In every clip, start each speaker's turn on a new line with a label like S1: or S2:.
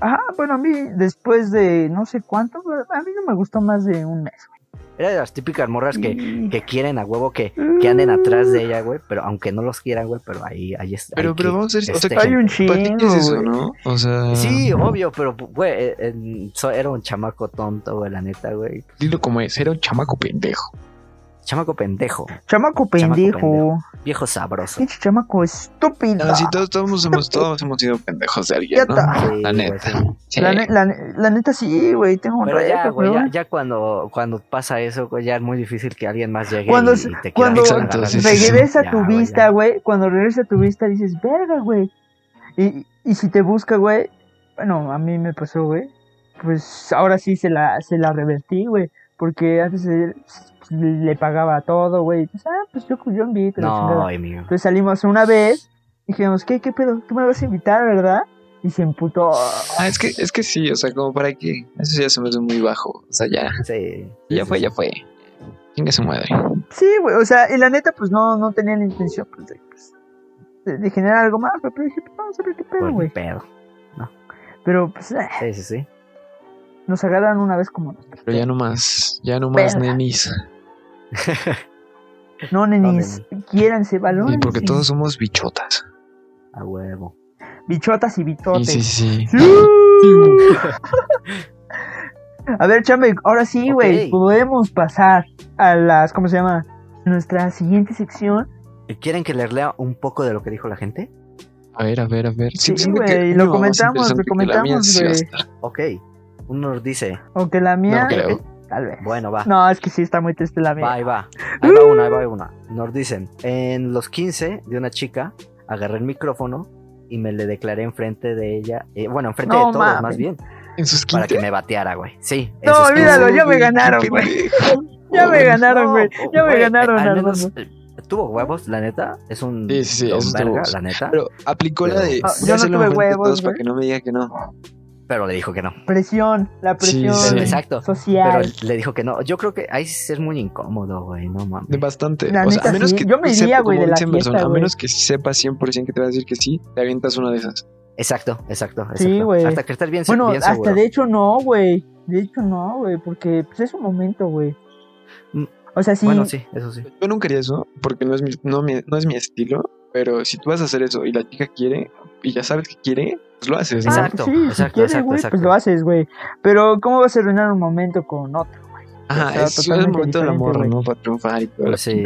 S1: Ajá, bueno, a mí después de no sé cuánto, a mí no me gustó más de un mes, güey.
S2: Era de las típicas morras
S3: Mm.
S2: que, que quieren a huevo que, que anden atrás de ella, güey. Pero aunque no los quieran, güey, pero ahí, ahí está.
S3: Pero, pero vamos a ser- o sea,
S1: Hay un chingo,
S3: Para ti, ¿qué es eso,
S1: güey.
S3: no? O sea,
S2: Sí, obvio, pero, güey, eh, eh, so- era un chamaco tonto, güey, la neta, güey.
S3: dilo como es, era un chamaco pendejo.
S2: Chamaco pendejo,
S1: Chamaco
S2: pendejo.
S1: pendejo.
S2: viejo sabroso.
S1: Pinche chamaco estúpido.
S3: No, sí, todos, todos, hemos, todos hemos sido pendejos de
S1: Ya
S3: alguien, ¿no?
S1: está.
S2: Sí,
S3: La
S2: güey,
S3: neta.
S2: sí.
S3: Sí.
S1: La, ne- la ne- la neta sí, güey, tengo un
S2: Pero ya,
S1: récord,
S2: güey, ya,
S1: güey.
S2: ya cuando, cuando pasa eso, güey, ya es muy difícil que alguien más llegue
S1: Cuando
S2: y,
S1: se-
S2: y te quiera
S1: cuando
S2: agarrar
S3: Exacto,
S2: la
S3: sí, sí,
S2: mano.
S3: sí.
S1: regresa
S2: Ya,
S1: tu
S2: güey,
S1: vista,
S2: ya.
S1: güey. Cuando regresa tu vista dices, verga, güey. Y, y si te busca, güey. Bueno, a mí me pasó, güey. Pues ahora sí se la, se la revertí, güey. Porque antes eh, pues, le pagaba todo, güey. Entonces, ah, pues yo, yo invito. la
S2: No,
S1: chingada.
S2: ay, mío.
S1: Entonces salimos una vez. Dijimos, ¿qué, qué pedo? ¿Tú me vas a invitar, verdad? Y se emputó.
S3: Ah, es que, es que sí, o sea, como para qué. Eso ya se me hace muy bajo. O sea, ya,
S2: Sí.
S3: ya
S2: Sí,
S3: fue,
S2: sí,
S3: ya
S2: sí.
S3: fue. Chinga su madre.
S1: Sí, güey, o sea, y la neta, pues no, no tenía la intención pues, de, pues, de- de generar algo más, güey, pero dije, pues, vamos a ver qué pedo,
S2: Por
S1: güey.
S2: pedo.
S1: Pero, pues, eh,
S2: Sí, sí, sí.
S1: nos agarran una vez como nosotros.
S3: Pero ya no más, ya no más,
S1: Verga.
S3: nenis.
S1: No, nenis, quiéranse,
S3: Y
S1: valores.
S3: porque todos somos bichotas.
S2: A huevo.
S1: Bichotas y
S3: Y
S1: bichotes.
S3: sí, sí, sí.
S1: ¡Sí! a ver, Chambe, ahora sí,
S2: Ok.
S1: güey, podemos pasar a las, ¿cómo se llama? Nuestra siguiente sección.
S2: ¿Quieren que les lea un poco de lo que dijo la gente?
S3: A ver, a ver, a ver.
S1: Sí,
S3: siento que
S1: güey,
S3: una
S1: lo
S3: va más
S1: comentamos, lo
S3: interesante que la mía,
S1: comentamos,
S3: sí,
S1: güey.
S3: hasta-
S2: Ok. Uno nos dice,
S1: Aunque la mía,
S3: No creo.
S1: tal vez.
S2: bueno, va.
S1: No, es que sí está muy triste la mía.
S2: Va, ahí va. Ahí va una, ahí va una. Nos dicen, en los 15 de una chica, agarré el micrófono y me le declaré enfrente de ella, eh, bueno, enfrente
S1: No
S2: de todos
S1: mames.
S2: más bien,
S3: En sus
S2: para que
S3: quince.
S2: me bateara, güey. Sí. en
S1: No,
S2: sus 15.
S1: olvídalo, ya me
S3: Qué
S1: ganaron, güey.
S3: pendejo.
S1: Ya me ganaron,
S2: No,
S1: güey. Ya me
S2: güey,
S1: ganaron,
S2: al
S1: Armando.
S2: menos, eh, Tuvo huevos, la neta. Es un.
S3: Sí, sí, sí,
S2: don
S3: eso estuvo
S2: verga,
S3: huevos.
S2: la neta. Pero,
S3: Pero aplicó la de.
S1: Ah,
S3: voy
S1: yo
S3: a
S1: no
S3: hacerlo
S1: tuve
S3: enfrente de
S1: huevos,
S3: todos
S1: güey.
S3: para que no me diga que no.
S2: le dijo que no.
S1: presión, la
S3: Sí,
S1: presión
S3: sí.
S2: Exacto, Pero
S1: social.
S2: le dijo que no. Yo creo que ahí sí es muy incómodo, güey. No mames.
S3: De bastante.
S1: La
S3: o sea,
S1: neta,
S3: a menos
S1: sí.
S3: que
S1: Yo me
S3: sepa,
S1: iría, güey, de
S3: como
S1: la
S3: dicen
S1: fiesta,
S3: persona, a
S1: güey.
S3: menos que sepa 100% que te va a decir que sí, te avientas una de esas.
S2: Exacto, exacto.
S1: Sí,
S2: exacto.
S1: güey.
S2: Hasta que estés bien,
S1: bueno,
S2: bien
S1: hasta
S2: seguro.
S1: de hecho no, güey. De hecho no, güey, porque pues, es un momento, güey.
S2: Mm.
S1: O sea, ah, sí.
S2: Bueno, sí, eso sí.
S3: Yo nunca haría eso porque no es mi, no, mi- no es mi estilo, pero si tú vas a hacer eso y la chica quiere y ya sabes que quiere, pues lo haces. ¿no?
S1: Ah,
S2: exacto,
S1: pues sí,
S2: exacto,
S1: si quieres,
S2: exacto,
S1: güey,
S2: exacto.
S1: pues lo haces, güey. Pero ¿cómo vas a arruinar un momento con otro?
S3: Ajá,
S1: está
S3: es, es el
S1: totalmente
S3: momento del
S1: diferente,
S3: amor,
S1: güey.
S3: ¿no? Para triunfar y todo.
S2: Pues sí,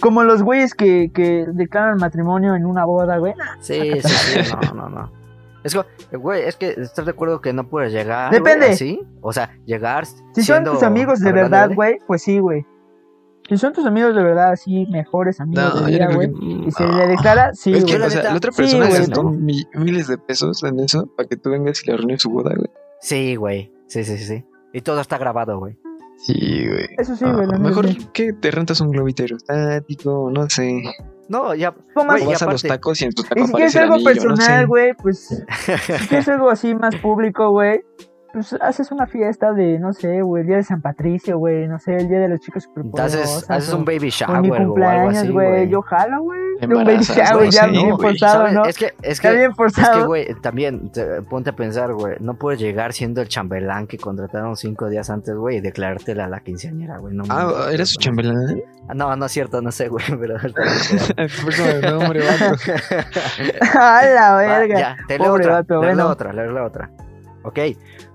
S1: Como los güeyes que, que declaran matrimonio en una boda, güey.
S2: sí, sí, sí, no, no, no. Es que, güey, es que estás de acuerdo que no puedes llegar.
S1: Depende.
S2: Sí, o sea, llegar.
S1: Si son
S2: siendo-
S1: tus amigos de
S2: hablando
S1: verdad, güey, pues sí, güey. Si son tus amigos de verdad, así, mejores amigos
S3: No,
S1: de
S3: yo
S1: vida,
S3: no creo
S1: güey.
S3: que.
S1: Y se
S3: no.
S1: le declara, sí,
S3: es
S1: güey.
S3: que,
S2: güey.
S3: o sea, la otra
S1: Sí,
S3: persona
S1: güey,
S3: gastó
S2: ¿no?
S3: mi- miles de pesos en eso para que tú vengas y le arruines su boda, güey.
S2: Sí, güey. Sí, sí, sí, sí. Y todo está grabado, güey.
S3: Sí, güey.
S1: Eso sí, güey. la neta,
S3: Ah, mejor
S1: sí.
S3: que te rentas un globito aerostático, no sé.
S2: No, ya.
S1: Toma,
S2: Güey,
S3: O vas a los
S2: aparte-
S3: tacos y en tu taco
S1: Y si quieres
S3: aparece el
S1: algo
S3: anillo, no sé.
S1: personal, güey, pues. Si quieres algo así más público, güey, pues haces una fiesta de, no sé, güey, el día de San Patricio, güey, no sé, el día de los chicos superpoderosos.
S2: Haces, haces un baby
S1: o mi
S2: shower o algo
S1: cumpleaños,
S2: así,
S1: güey.
S2: güey.
S1: Yo jalo, güey.
S3: Te
S1: Un baby
S3: embarazas,
S1: shower
S3: no
S1: ya
S3: sé,
S1: bien
S3: güey.
S1: forzado,
S2: ¿Sabes?
S1: ¿no?
S2: Es que, es
S1: Está
S2: que,
S1: bien
S2: es que,
S1: forzado.
S2: güey, también te- ponte a pensar, güey. No puedes llegar siendo el chambelán que contrataron cinco días antes, güey, y declarártela a la quinceañera, güey. No,
S3: Ah,
S2: mames.
S3: ¿era su chambelán?
S2: Ah, No, no es cierto, no sé, güey, pero.
S3: no, hombre, vato.
S1: A la
S2: Va,
S1: verga.
S2: ya, te leo
S1: Pobre
S2: otra,
S1: vato,
S2: te leo
S1: bueno.
S2: la otra, leer la otra. Ok,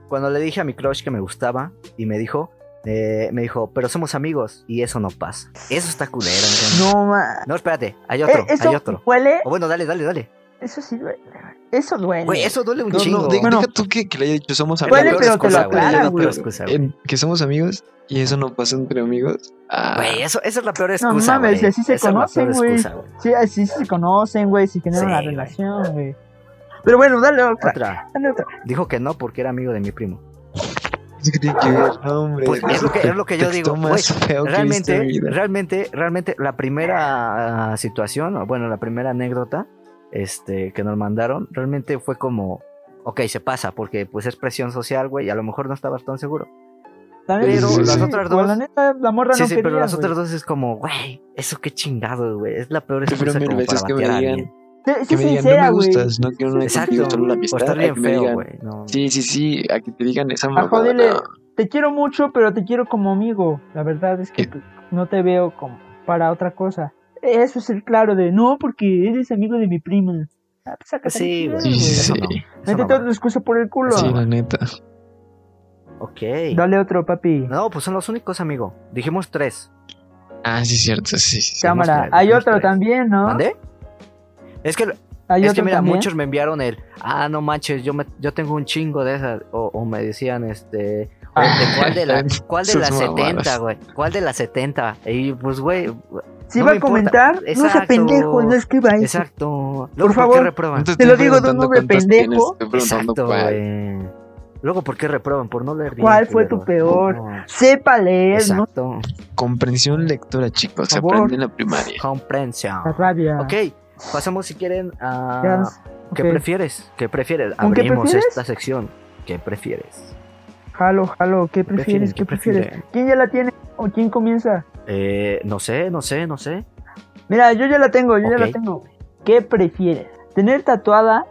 S2: cuando le dije a mi crush que me gustaba y me dijo, eh, me dijo, pero somos amigos y eso no pasa. Eso está culero. güey.
S1: No, ma.
S2: No, espérate, hay otro,
S1: Eh, eso
S2: hay otro.
S1: duele,
S2: O bueno, dale, dale, dale.
S1: eso sí duele. güey. Eso duele.
S2: Güey, eso duele un
S3: No,
S2: chingo.
S3: no, de-
S1: Bueno.
S3: deja tú que, que le haya dicho somos
S2: Es
S3: amigos.
S2: la
S1: Duele,
S2: peor
S1: pero te lo
S2: excusa, güey, es la
S1: aclara,
S2: peor
S1: güey.
S2: excusa, güey.
S3: En- que somos amigos y eso no pasa entre amigos. Ah,
S2: Güey, eso, esa es la peor excusa.
S1: mames,
S2: güey.
S1: y así se
S2: Esa es la
S1: conocen,
S2: peor
S1: güey.
S2: excusa, güey.
S1: Sí, así se conocen, güey, si generan
S2: Sí,
S1: la
S2: güey.
S1: relación, güey. Pero bueno, dale otra,
S2: Otra.
S1: dale otra.
S2: Dijo que no porque era amigo de mi primo.
S3: eso que tiene que ver, no, hombre.
S2: Pues es lo que, es lo que yo
S3: Texto
S2: digo. güey.
S3: más feo que he visto en
S2: realmente,
S3: mi vida.
S2: realmente, realmente, la primera ah, situación, o bueno, la primera anécdota este, que nos mandaron, realmente fue como, ok, se pasa, porque pues es presión social, güey, y a lo mejor no estabas tan seguro.
S1: Dale,
S3: Pero
S1: sí,
S3: las
S1: sí,
S2: otras
S1: o
S2: dos-
S1: Pues, La neta, la morra
S2: sí,
S1: no
S2: sí,
S1: quería,
S2: pero las
S1: güey.
S2: otras dos es como, güey, eso qué chingado, güey, es la peor
S3: Yo prefiero
S2: excusa
S3: mil
S2: como
S3: veces
S2: para
S3: que me
S2: batear a
S3: digan,
S2: alguien.
S1: Sé,
S3: Que
S1: sé
S3: me digan, no
S1: sincera,
S3: me
S1: güey. pues,
S3: gustas, no quiero una
S2: Exacto.
S3: contigo, solo una
S2: O
S3: amistad.
S2: estar
S3: a
S2: bien
S3: que me
S2: feo,
S3: digan,
S2: güey. No.
S3: Sí, sí, sí, a que te digan esa
S1: Ajá,
S3: mamada.
S1: dile,
S3: no.
S1: te quiero mucho, pero te quiero como amigo. La verdad es que
S3: ¿Qué?
S1: pues, no te veo como para otra cosa. Eso es el claro de no, porque eres amigo de mi prima. Ah, pues, sácate
S2: Sí,
S1: la
S2: güey.
S1: mierda,
S3: Sí, sí,
S2: Eso
S3: sí.
S2: no, eso
S1: Mete
S2: no
S1: toda
S2: va.
S1: tu excusa por el culo.
S3: Sí, la neta.
S2: Ok.
S1: Dale otro, papi.
S2: No, pues son los únicos, amigo. Dijimos tres.
S3: Ah, sí, cierto, sí, sí. sí.
S1: Cámara.
S2: tres,
S1: Hay
S2: somos
S1: otro
S2: tres.
S1: también, ¿no?
S2: ¿Mandé? Es que,
S1: Hay
S2: es
S1: otro
S2: que mira,
S1: también.
S2: muchos me enviaron el, ah, no manches, yo me, yo tengo un chingo de esas. O, o me decían, este, oye,
S1: Ah,
S2: ¿cuál de, la, cuál de
S3: Sus
S2: las
S3: mamadas.
S2: 70, güey? ¿Cuál de las 70? Y pues, güey,
S1: Si
S2: no
S1: va
S2: me
S1: a comentar,
S2: importa.
S1: no sea
S2: Exacto.
S1: pendejo, no escriba eso.
S2: exacto. Luego,
S1: Por
S2: qué
S1: favor.
S2: reprueban?
S3: Entonces,
S1: Te
S3: estoy
S1: lo digo de un
S3: preguntando
S1: hombre
S3: cuántas
S1: pendejo.
S3: tienes, estoy preguntando
S2: Exacto,
S3: cuál.
S2: güey. Luego, ¿por qué reprueban? Por no leer bien.
S1: ¿Cuál fue tu
S2: culeros.
S1: peor?
S2: No,
S1: Sepa leer, ¿no?
S2: Exacto.
S3: Comprensión lectora, chicos. Se
S1: Por favor.
S3: aprende en la primaria.
S2: Comprensión.
S1: La rabia.
S2: Ok, pasamos si quieren
S1: Ah.
S2: a...
S1: Ya,
S2: ¿Qué
S1: ok.
S2: prefieres? ¿Qué prefieres?
S1: ¿Un qué
S2: Abrimos
S1: prefieres?
S2: esta sección. ¿Qué prefieres?
S1: Jalo, jalo, ¿qué
S2: prefieren?
S1: prefieres? ¿Qué
S2: ¿Qué
S1: prefieres?
S2: prefieren?
S1: ¿Quién ya la tiene o quién comienza?
S2: Eh, no sé, no sé, no sé.
S1: Mira, yo ya la tengo, yo ya la
S2: Ok.
S1: tengo. ¿Qué prefieres? ¿Tener tatuada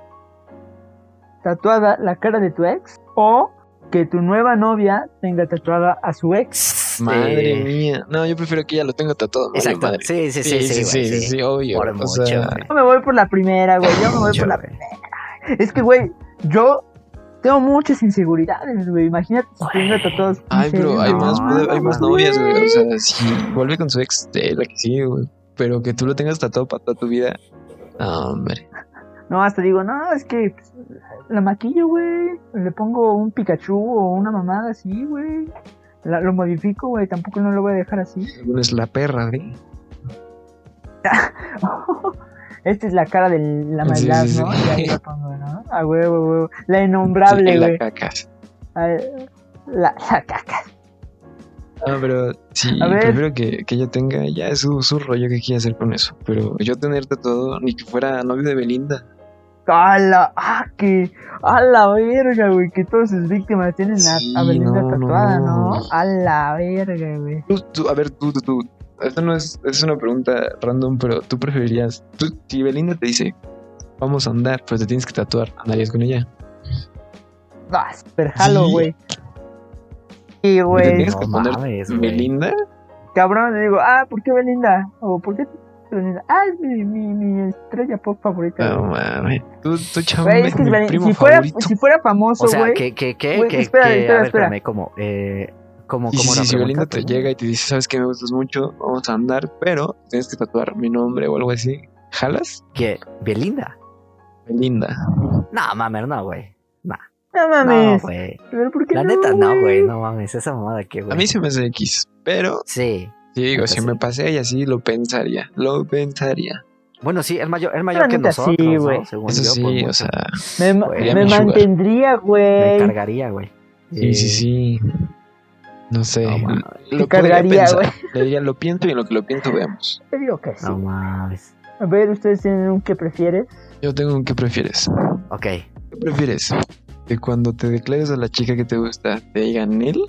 S1: tatuada la cara de tu ex o que tu nueva novia tenga tatuada a su ex?
S3: Madre
S2: Eh,
S3: mía. No, yo prefiero que ya lo tenga tatuado. vale
S2: Exacto.
S3: madre.
S2: Sí, sí, sí, sí,
S3: sí,
S2: güey, sí.
S3: sí, sí, obvio.
S2: Por
S3: o
S2: mucho,
S3: sea,
S2: güey.
S1: Yo me voy por la primera, güey. Yo me voy
S2: Mucho,
S1: por la
S2: güey.
S1: Es que, güey, yo tengo muchas inseguridades, güey. Imagínate si tengo tatuados.
S3: Ay, pero hay
S2: No,
S3: más,
S2: no,
S3: hay más
S2: no.
S3: novias, güey. O sea, si vuelve con su ex, eh, la que sigue, güey. Pero que tú lo tengas tatuado para toda tu vida. No, hombre.
S1: No, hasta digo, no, es que pues, la maquillo, güey. Le pongo un Pikachu o una mamada así, güey. La- Lo modifico, güey. Tampoco no lo voy a dejar así.
S3: Es la perra, güey.
S1: Esta es la cara de la
S3: Sí,
S1: maldad,
S3: sí, sí.
S1: ¿no? Y ahí lo pongo, ¿no? A huevo, huevo. La innombrable,
S3: Sí,
S1: güey.
S3: la cacas.
S1: A ver, La, la caca.
S3: No, pero sí,
S1: A ver.
S3: prefiero que, que ella tenga ya es su, su rollo que quiera hacer con eso. Pero yo tener tatuado, ni que fuera novio de Belinda.
S1: A la, ah, que, a la verga, güey, que todas sus víctimas tienen a,
S3: Sí,
S1: a Belinda
S3: no,
S1: tatuada,
S3: no.
S1: ¿no? A la verga, güey.
S3: Tú, tú, a ver, tú, tú, tú. Esto no es, es una pregunta random, pero tú preferirías. Tú, si Belinda te dice, vamos a andar, pero te tienes que tatuar, ¿andarías con ella?
S1: Ah, super jalo,
S3: Sí.
S1: güey. Y,
S3: ¿Te
S1: güey,
S3: tienes
S2: No
S3: que poner
S2: mames, güey.
S3: Belinda?
S1: cabrón, le digo, ah, ¿por qué Belinda? O ¿por qué Belinda? Ah, es mi, mi, mi estrella pop favorita.
S3: No
S2: Ah,
S1: güey.
S3: mames. Tú, tú chavo,
S1: Güey, es que
S3: mi
S1: Belinda-
S3: primo
S1: si, fuera,
S3: favorito.
S1: si fuera famoso,
S2: O sea,
S1: güey.
S2: que, que, que,
S1: Güey,
S2: que,
S1: espera, espera,
S2: que- a ver,
S1: espera.
S2: espérame, ¿cómo? Eh, ¿cómo,
S3: Y
S2: cómo
S3: si,
S2: la
S3: si Belinda
S2: pregunta,
S3: te
S2: tú?
S3: llega y te dice, sabes que me gustas mucho, vamos a andar, pero tienes que tatuar mi nombre o algo así, ¿jalas?
S2: ¿Qué? ¿Belinda?
S3: Belinda.
S2: No, mames, no, güey.
S1: No
S2: No,
S1: mames.
S2: güey.
S1: pero ¿por qué
S2: La
S1: no,
S2: neta, no, güey. No mames, esa mamada que, güey.
S3: A mí se me hace X, pero
S2: Sí.
S3: sí, digo,
S2: Neta,
S3: si
S2: sí.
S3: me pasé y así lo pensaría, lo pensaría.
S2: Bueno, sí, es mayor, es mayor que
S1: neta, sí,
S2: nosotros, ¿no?
S1: güey.
S2: Según
S3: Eso
S2: yo, pues, por
S3: sí,
S2: mucho.
S3: o sea,
S1: Me, ma-
S2: Güey,
S1: me
S3: mi sugar.
S1: mantendría,
S2: Me
S1: güey.
S2: cargaría, güey. Eh,
S3: sí, sí, sí. Eh, No sé,
S2: No mames.
S1: Te
S3: lo podría
S1: cargaría, güey.
S3: pensar. Le diría, lo pienso y en lo que lo pienso veamos.
S1: Te digo que sí.
S2: No mames.
S1: A ver, ¿ustedes tienen un que prefieres?
S3: Yo tengo un ¿qué prefieres?
S2: Ok.
S3: ¿Qué prefieres? ¿Que cuando te declares a la chica que te gusta te digan él?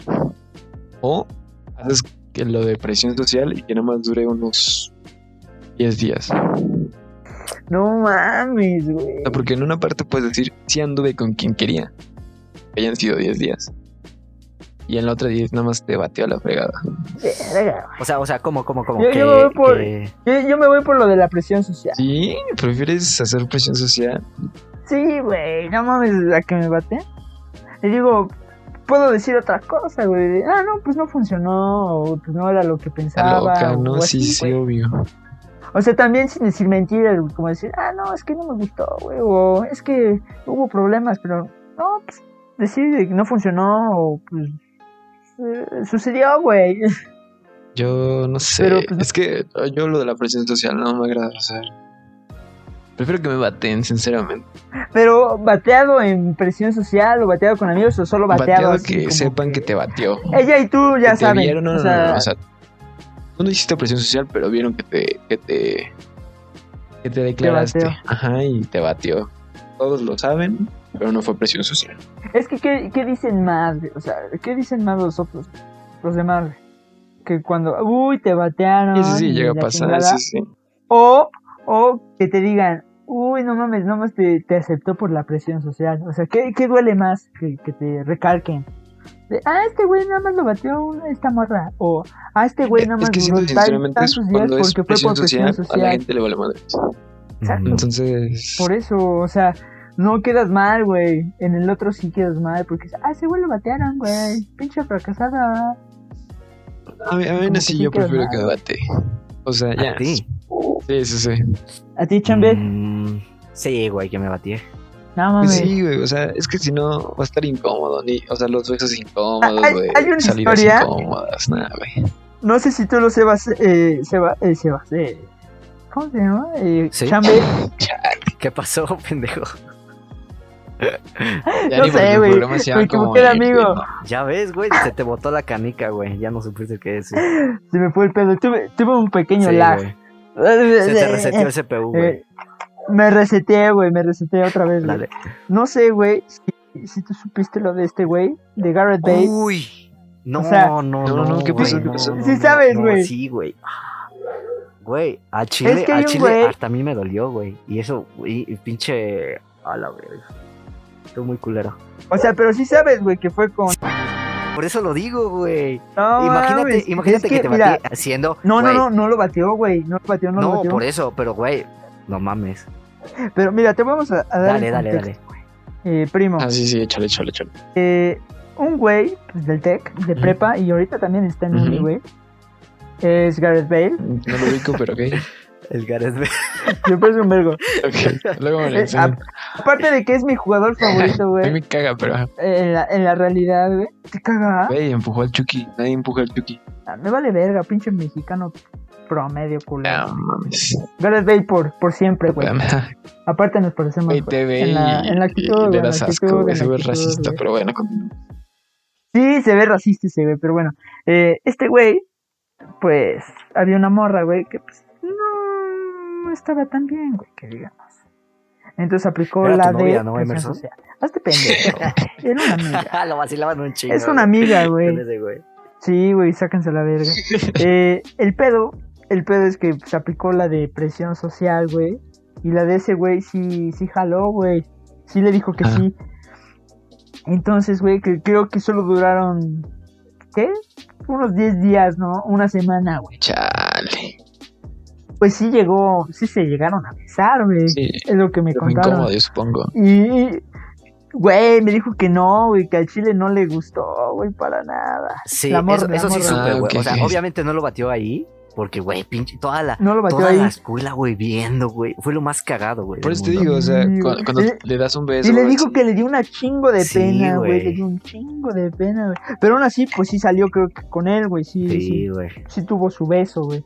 S3: ¿O haces que lo de presión social y que nada más dure unos 10 días?
S1: No mames, güey.
S3: O sea, porque en una parte puedes decir, sí anduve con quien quería. que Hayan sido 10 días. Y en la otra 10 nada más te batió a la fregada.
S2: pues.
S1: Verga, güey.
S2: O sea, o sea, ¿cómo, cómo, cómo?
S1: Yo-
S2: que,
S1: yo voy por-
S2: que-
S1: Yo, yo me voy por lo de la presión social.
S3: ¿Sí? ¿Prefieres hacer presión social?
S1: Sí, güey, no mames, la que me bate. Y digo, puedo decir otra cosa, güey. Ah, no, pues no funcionó, o pues no era lo que
S3: Está
S1: pensaba.
S3: loca,
S1: o
S3: ¿no?
S1: así,
S3: Sí, sí,
S1: pues güey.
S3: obvio.
S1: O sea, también sin decir mentiras, güey, como decir, ah, no, es que no me gustó, güey, o es que hubo problemas, pero no, pues decir de que no funcionó, o pues eh, sucedió, güey.
S3: Yo no sé.
S1: Pero, pues,
S3: es que ah, yo lo de la presión social no me agrada hacer. Prefiero que me baten, sinceramente.
S1: Pero bateado en presión social, o bateado con amigos, o solo bateado.
S3: Bateado
S1: así
S3: que
S1: como
S3: sepan que te batió.
S1: Ella y tú ya
S3: que
S1: saben.
S3: Te vieron, no,
S1: o
S3: no, no,
S1: sea,
S3: no, o sea, tú no hiciste presión social, pero vieron que te, que te, que te declaraste.
S1: bateó.
S3: Ajá, y te batió. Todos lo saben, pero no fue presión social.
S1: Es que, ¿qué, qué dicen más? güey? O sea, ¿qué dicen más los otros? Los demás. güey? Que cuando, uy, te batearon.
S3: Sí, sí, sí,
S1: y
S3: llega a
S1: la
S3: pasar.
S1: chingada.
S3: Sí, sí.
S1: O, o que te digan, Uy, no mames, no mames, te, te aceptó por la presión social. O sea, ¿qué, qué duele más que, que te recalquen? De, ah, este güey nada más lo bateó una- esta morra. O, ah, este güey nada más
S3: es que siento
S1: duró tan-
S3: sinceramente es
S1: tantos días
S3: cuando es
S1: porque fue por
S3: presión social, a la
S1: social.
S3: gente le vale madre.
S1: Exacto.
S2: Ujú.
S3: Entonces,
S1: Por eso, o sea, no quedas mal, güey. En el otro sí quedas mal porque, ah, ese güey lo batearon, güey. Pinche fracasada.
S3: a mí, a mí
S1: como
S3: aún
S1: que
S3: así
S1: sí
S3: yo
S1: queda
S3: prefiero
S1: mal.
S3: que debate. O sea,
S2: ¿A
S3: ya.
S2: ti?
S3: Sí, sí, sí.
S1: ¿A ti, Chambe?
S2: Mm, sí, güey, que me batí.
S1: No
S3: Pues
S1: mames.
S3: sí, güey. O sea, es que si no va a estar incómodo. Ni, o sea, los besos incómodos,
S1: Ah, hay-
S3: güey.
S1: hay una
S3: salidas
S1: historia.
S3: incómodas, nada, güey.
S1: No sé si tú lo sebas, eh, Seba, eh, Sebas, eh, ¿cómo se llama? Eh,
S2: Sí.
S1: Chambe.
S2: ¿Qué pasó, pendejo?
S3: Ya
S1: No
S3: ni porque
S1: sé,
S3: el
S1: güey,
S3: programa se llama
S1: me
S3: como
S1: equivoqué de
S3: el, güey,
S1: amigo.
S3: ¿no?
S2: Ya ves, güey, se te botó la canica, güey. Ya no supiste qué decir.
S1: Se me fue el pedo. Tuve, tuve un pequeño
S2: Sí,
S1: lag.
S2: güey. Se te reseteó el CPU, güey.
S1: Eh, me reseteé, güey, me reseteé otra vez. güey.
S2: Dale.
S1: No sé, güey, si, si tú supiste lo de este güey, de Garrett Bale.
S2: Uy. No,
S1: O sea-
S2: no, no,
S3: No, no, ¿qué
S2: güey,
S3: pasó? ¿Qué
S2: no,
S3: pasó?
S2: no,
S1: Sí
S2: no,
S1: sabes,
S2: no,
S1: güey.
S2: sí, güey. Ah, Güey, a Chile,
S1: que hay un
S2: a Chile
S1: güey-
S2: hasta a mí me dolió, güey. Y eso, güey, y pinche... A la verga. Estuvo muy culero.
S1: O sea, pero sí sabes, güey, que fue con.
S2: Por eso lo digo, güey.
S1: No,
S2: imagínate
S1: mames,
S2: imagínate
S1: es
S2: que, te
S1: mira,
S2: batí haciendo...
S1: No, no,
S2: güey,
S1: no, no lo batió, güey. No lo batió, no,
S2: No,
S1: lo batió.
S2: por eso, pero, güey, no mames.
S1: Pero mira, te vamos a, a dar.
S2: Dale,
S1: el
S2: dale, dale.
S1: contexto. Eh, primo.
S3: Ah, sí, sí, échale, échale, échale.
S1: eh, un güey pues, del tech, de
S3: Ujú.
S1: prepa, y ahorita también está en
S3: Ujú.
S1: uni, güey. Es Gareth Bale.
S3: No lo ubico, pero ok.
S2: El Gareth Bale.
S1: Me parece pues, un vergo.
S3: Ok, Luego me lo
S1: Eh, pues.
S3: enseñan.
S1: a- aparte de que es mi jugador favorito,
S3: A mí
S1: güey.
S3: me caga, pero. ajá.
S1: En la, en la realidad, güey. Te caga.
S3: Güey, empujó al Chucky. Nadie empuja al Chucky.
S1: Ah, Me vale verga, pinche mexicano promedio, culero.
S3: No mames.
S1: Gareth Bale por, por siempre, güey. Aparte nos parecemos.
S3: Güey,
S1: güey.
S3: te ve
S1: pues, en la,
S3: y,
S1: en la
S3: y
S1: actitud, güey,
S3: le
S1: en la
S3: das
S1: actitud,
S3: asco,
S1: en la
S3: güey. Se ve
S1: actitud,
S3: racista,
S1: güey.
S3: pero bueno, continúa.
S1: Sí, se ve racista ese güey, pero bueno. Eh, este güey, pues, había una morra, güey, que pues no estaba tan bien, güey, que digamos. Entonces aplicó
S2: Era tu
S1: la
S2: novia,
S1: de
S2: ¿no,
S1: presión
S2: Emerson?
S1: social. Hazte pendejo. güey. Era una amiga.
S2: Ah, lo vacilaban un chingo.
S1: Es una amiga,
S2: güey.
S1: güey.
S2: Con ese güey.
S1: Sí, güey, sáquense a la verga. Eh, el pedo, el pedo es que se aplicó la de presión social, güey. Y la de ese güey sí, sí jaló, güey. Sí le dijo que
S3: Ah.
S1: sí. Entonces, güey, que creo que solo duraron, ¿qué? Unos 10 días, ¿no? Una semana, güey.
S3: Chale.
S1: Pues sí llegó, sí se llegaron a besar, güey.
S3: Sí,
S1: Es lo que me
S3: fue
S1: contaron.
S3: incómodo, yo supongo.
S1: Y, güey, me dijo que no, güey, que al chile no le gustó, güey, para nada.
S2: Sí,
S1: La morra,
S2: eso,
S1: la
S2: eso sí
S1: morra.
S2: supe,
S3: Ah,
S2: güey.
S3: ok,
S2: O sea,
S3: ok.
S2: obviamente no lo batió ahí, porque, güey, pinche, toda la,
S1: No lo batió
S2: toda
S1: ahí.
S2: la escuela, güey, viendo, güey. Fue lo más cagado, güey.
S3: Por
S2: del
S3: eso te
S2: mundo.
S3: digo, o sea,
S1: Sí,
S3: cu-
S1: güey.
S3: cuando,
S1: Eh,
S3: le das un beso.
S1: Y le
S3: güey,
S1: dijo
S3: sí.
S1: que le dio una chingo de
S2: Sí,
S1: pena, güey. Le
S2: güey.
S1: dio un chingo de pena, güey. Pero aún así, pues sí salió, creo que con él, güey. Sí, sí,
S2: Sí,
S1: sí,
S2: güey.
S1: tuvo su beso, güey.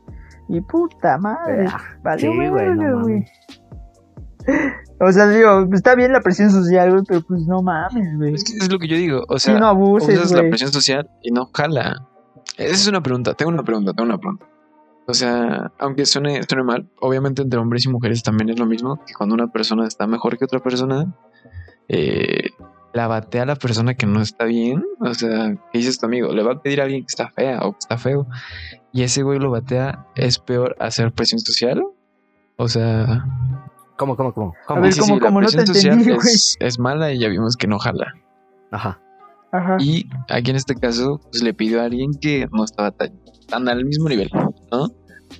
S1: Y puta madre.
S2: Ah,
S1: valió
S2: sí, güey,
S1: verga,
S2: no mames.
S1: güey. O sea, digo, pues, está bien la presión social, güey, pero pues no mames, güey.
S3: Es que es lo que yo digo. O
S1: Sí,
S3: sea,
S1: no abuses,
S3: usas la
S1: güey.
S3: presión social y no jala. Esa es una pregunta, tengo una pregunta, tengo una pregunta. O sea, aunque suene, suene mal, obviamente entre hombres y mujeres también es lo mismo, que cuando una persona está mejor que otra persona, eh, la batea a la persona que no está bien. O sea, ¿qué dices tu amigo? Le va a pedir a alguien que está fea o que está feo. Y ese güey lo batea, ¿es peor hacer presión social? O sea,
S2: ¿Cómo, cómo, cómo?
S1: A
S2: ¿Cómo?
S1: ver,
S3: sí,
S1: ¿cómo-
S3: sí, la
S1: cómo no te
S3: presión social
S1: entendí, güey?
S3: es, es mala y ya vimos que no jala.
S2: Ajá.
S1: Ajá.
S3: Y aquí en este caso, pues le pidió a alguien que no estaba tan, tan al mismo nivel, ¿no?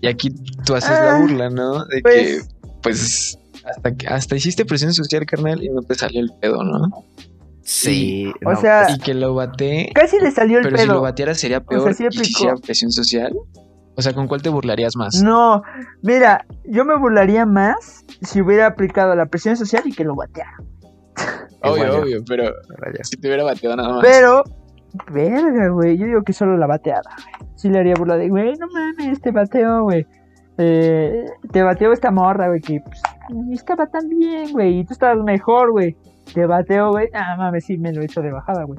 S3: Y aquí tú haces
S1: Ah,
S3: la burla, ¿no? De
S1: pues-
S3: que, pues, hasta, que- hasta hiciste presión social, carnal, y no te salió el pedo, ¿no?
S2: Sí.
S1: O sea,
S3: pues, Y que lo bate,
S1: Ah. Casi le salió el
S3: pero si lo
S1: pedo.
S3: bateara sería peor
S1: sí
S3: y
S1: aplicó.
S3: si hiciera presión social. O sea, ¿con cuál te burlarías más?
S1: no, mira, yo me burlaría más si hubiera aplicado la presión social y que lo bateara.
S3: obvio,
S2: Igual yo.
S3: obvio, pero si te hubiera bateado nada más.
S1: Pero, verga, güey. Yo digo que solo la bateada. güey. Sí le haría burla de, güey, no mames, te bateo, güey. Eh, te bateo esta morra, güey, que pues, estaba tan bien, güey. Y tú estabas mejor, güey. Te bateo, güey. Ah, mames, sí, me lo he hecho de bajada, güey.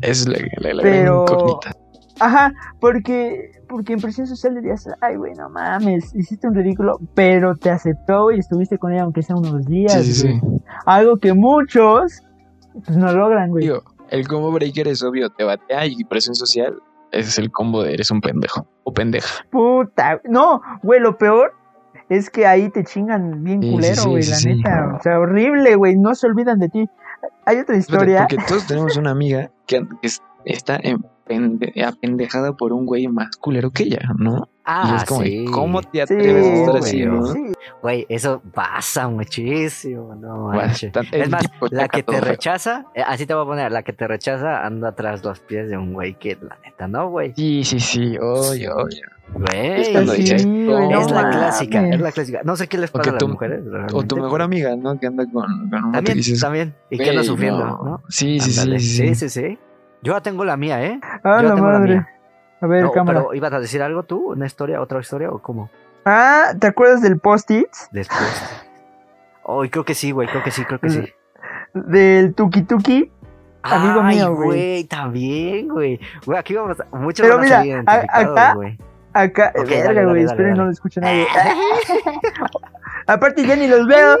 S3: Es la, la, la
S1: Pero-
S3: gran incógnita.
S1: Ajá, porque, porque en presión social dirías, ay, güey, no mames, hiciste un ridículo, pero te aceptó y estuviste con ella aunque sea unos días.
S3: Sí, sí, sí.
S1: güey. Algo que muchos pues, no logran, güey.
S3: Digo, el combo breaker es obvio, te batea y presión social. Ese es el combo de eres un pendejo o pendeja.
S1: Puta, no, güey, lo peor es que ahí te chingan bien
S3: Sí, sí,
S1: culero,
S3: sí,
S1: güey,
S3: sí,
S1: la
S3: sí.
S1: neta. O sea, horrible, güey, no se olvidan de ti. Hay otra
S3: Fíjate,
S1: historia.
S3: Porque todos tenemos una amiga que, que es- está empende- apendejada por un güey más culero que ella, ¿no? y
S2: Ah,
S3: es como, de,
S2: sí.
S3: ¿cómo te
S1: Sí,
S3: atreves a estar
S2: güey,
S3: así,
S2: yo-
S3: no?
S1: sí,
S2: Güey, eso pasa muchísimo, no manches.
S3: Bastante-
S2: Es
S3: el
S2: más,
S3: tipo
S2: la
S3: chaca
S2: que te
S3: todo feo.
S2: rechaza, eh, así te voy a poner, la que te rechaza anda tras los pies de un güey que la neta no, güey.
S3: Sí, sí, sí, oye, oye.
S2: Güey,
S3: Es
S2: es,
S3: cuando
S1: sí,
S3: dices,
S1: güey,
S3: "No
S2: la
S1: mames".
S2: clásica, es la clásica. No sé qué les
S3: O
S2: pasa
S3: que
S2: a las
S3: tu-
S2: mujeres.
S3: O tu
S2: realmente.
S3: mejor amiga, ¿no? Que anda con, con un vato
S2: También,
S3: que dices,
S2: también. Y que anda
S3: "Güey,
S2: sufriendo,
S3: no".
S2: ¿no?
S3: Sí, sí, sí,
S2: Ándale,
S3: sí,
S2: sí,
S3: sí.
S2: sí. Yo ya tengo la mía, ¿eh?
S1: Ah,
S2: Yo
S1: la
S2: tengo la
S1: madre.
S2: mía.
S1: A ver,
S2: No,
S1: cámara.
S2: pero ibas a decir algo tú, una historia, otra historia o cómo?
S1: Ah, ¿te acuerdas del post-it?
S2: Después. Ay, creo que sí, güey, creo que sí, creo que sí.
S1: Del tuki tuki. Eh, Amigo
S2: Ay,
S1: mío, güey.
S2: güey, también, güey. Güey, aquí vamos a... Muchos
S1: Pero
S2: van a
S1: mira,
S2: salir
S1: a-
S2: identificados,
S1: acá-
S2: güey.
S1: Acá,
S2: Ok,
S1: verga,
S2: dale, dale,
S1: güey,
S2: dale,
S1: espero
S2: dale.
S1: no lo escuche nadie. Aparte ya ni los veo.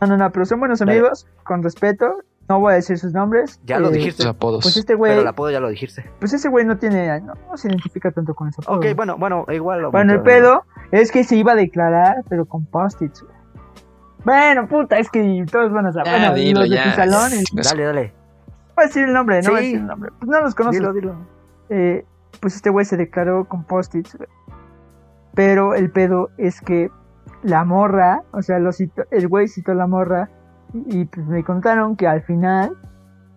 S1: No, no, no, pero son buenos
S2: Dale.
S1: amigos, con respeto. No voy a decir sus nombres.
S2: Ya lo
S1: Eh,
S2: dijiste.
S3: Tus apodos.
S1: Pues este
S2: Pero
S1: güey,
S2: el apodo ya lo dijiste.
S1: pues ese güey no tiene, no, no se identifica tanto con eso.
S2: Ok, bueno, bueno, igual. lo-
S1: Oh. Bueno, el pedo es que se iba a declarar, pero con post-its. güey. Bueno, puta, es que todos van a saber.
S3: Ya,
S1: bueno,
S3: Ah, dilo,
S1: los de
S3: ya.
S1: tu salón. eh,
S2: Dale, dale.
S1: No voy a decir el nombre, no voy a
S2: Sí.
S1: decir el nombre. Pues no los conoces.
S2: Dilo, dilo.
S1: Eh, pues este güey se declaró con post-its. güey. Pero el pedo es que la morra, o sea, lo citó- el güey citó a la morra. Y, y, pues me contaron que al final,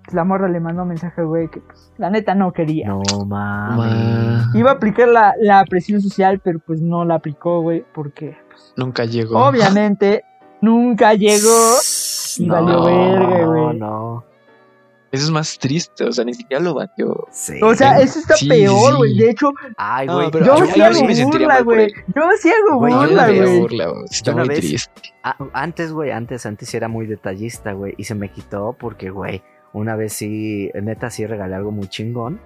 S1: pues, la morra le mandó un mensaje al güey que, pues, la neta no quería.
S2: No mames.
S3: Ma,
S1: Iba a aplicar la, la presión social, pero pues no la aplicó, güey, porque
S3: Nunca llegó.
S2: Ah.
S1: obviamente nunca llegó. y valió verga,
S2: No,
S1: güey.
S2: no.
S3: Eso es más triste, o sea, ni siquiera lo batió.
S2: Sí.
S1: O sea, eso está
S3: Sí,
S1: peor,
S3: sí.
S1: güey. De hecho,
S2: Ay,
S3: No,
S2: güey.
S3: pero
S1: yo
S3: yo-
S1: sí
S3: yo
S1: hago
S3: sí me sentiría
S1: burla,
S3: mal por
S1: güey. Yo sí hago
S2: Güey, yo
S3: Yo
S1: burla,
S3: me
S2: veo
S1: güey.
S3: burla, güey. Está
S2: Yo una
S3: muy
S2: vez-
S3: triste.
S2: Ah, antes, güey, antes, antes sí era muy detallista, güey, y se me quitó porque, güey, una vez sí, neta sí regalé algo muy chingón.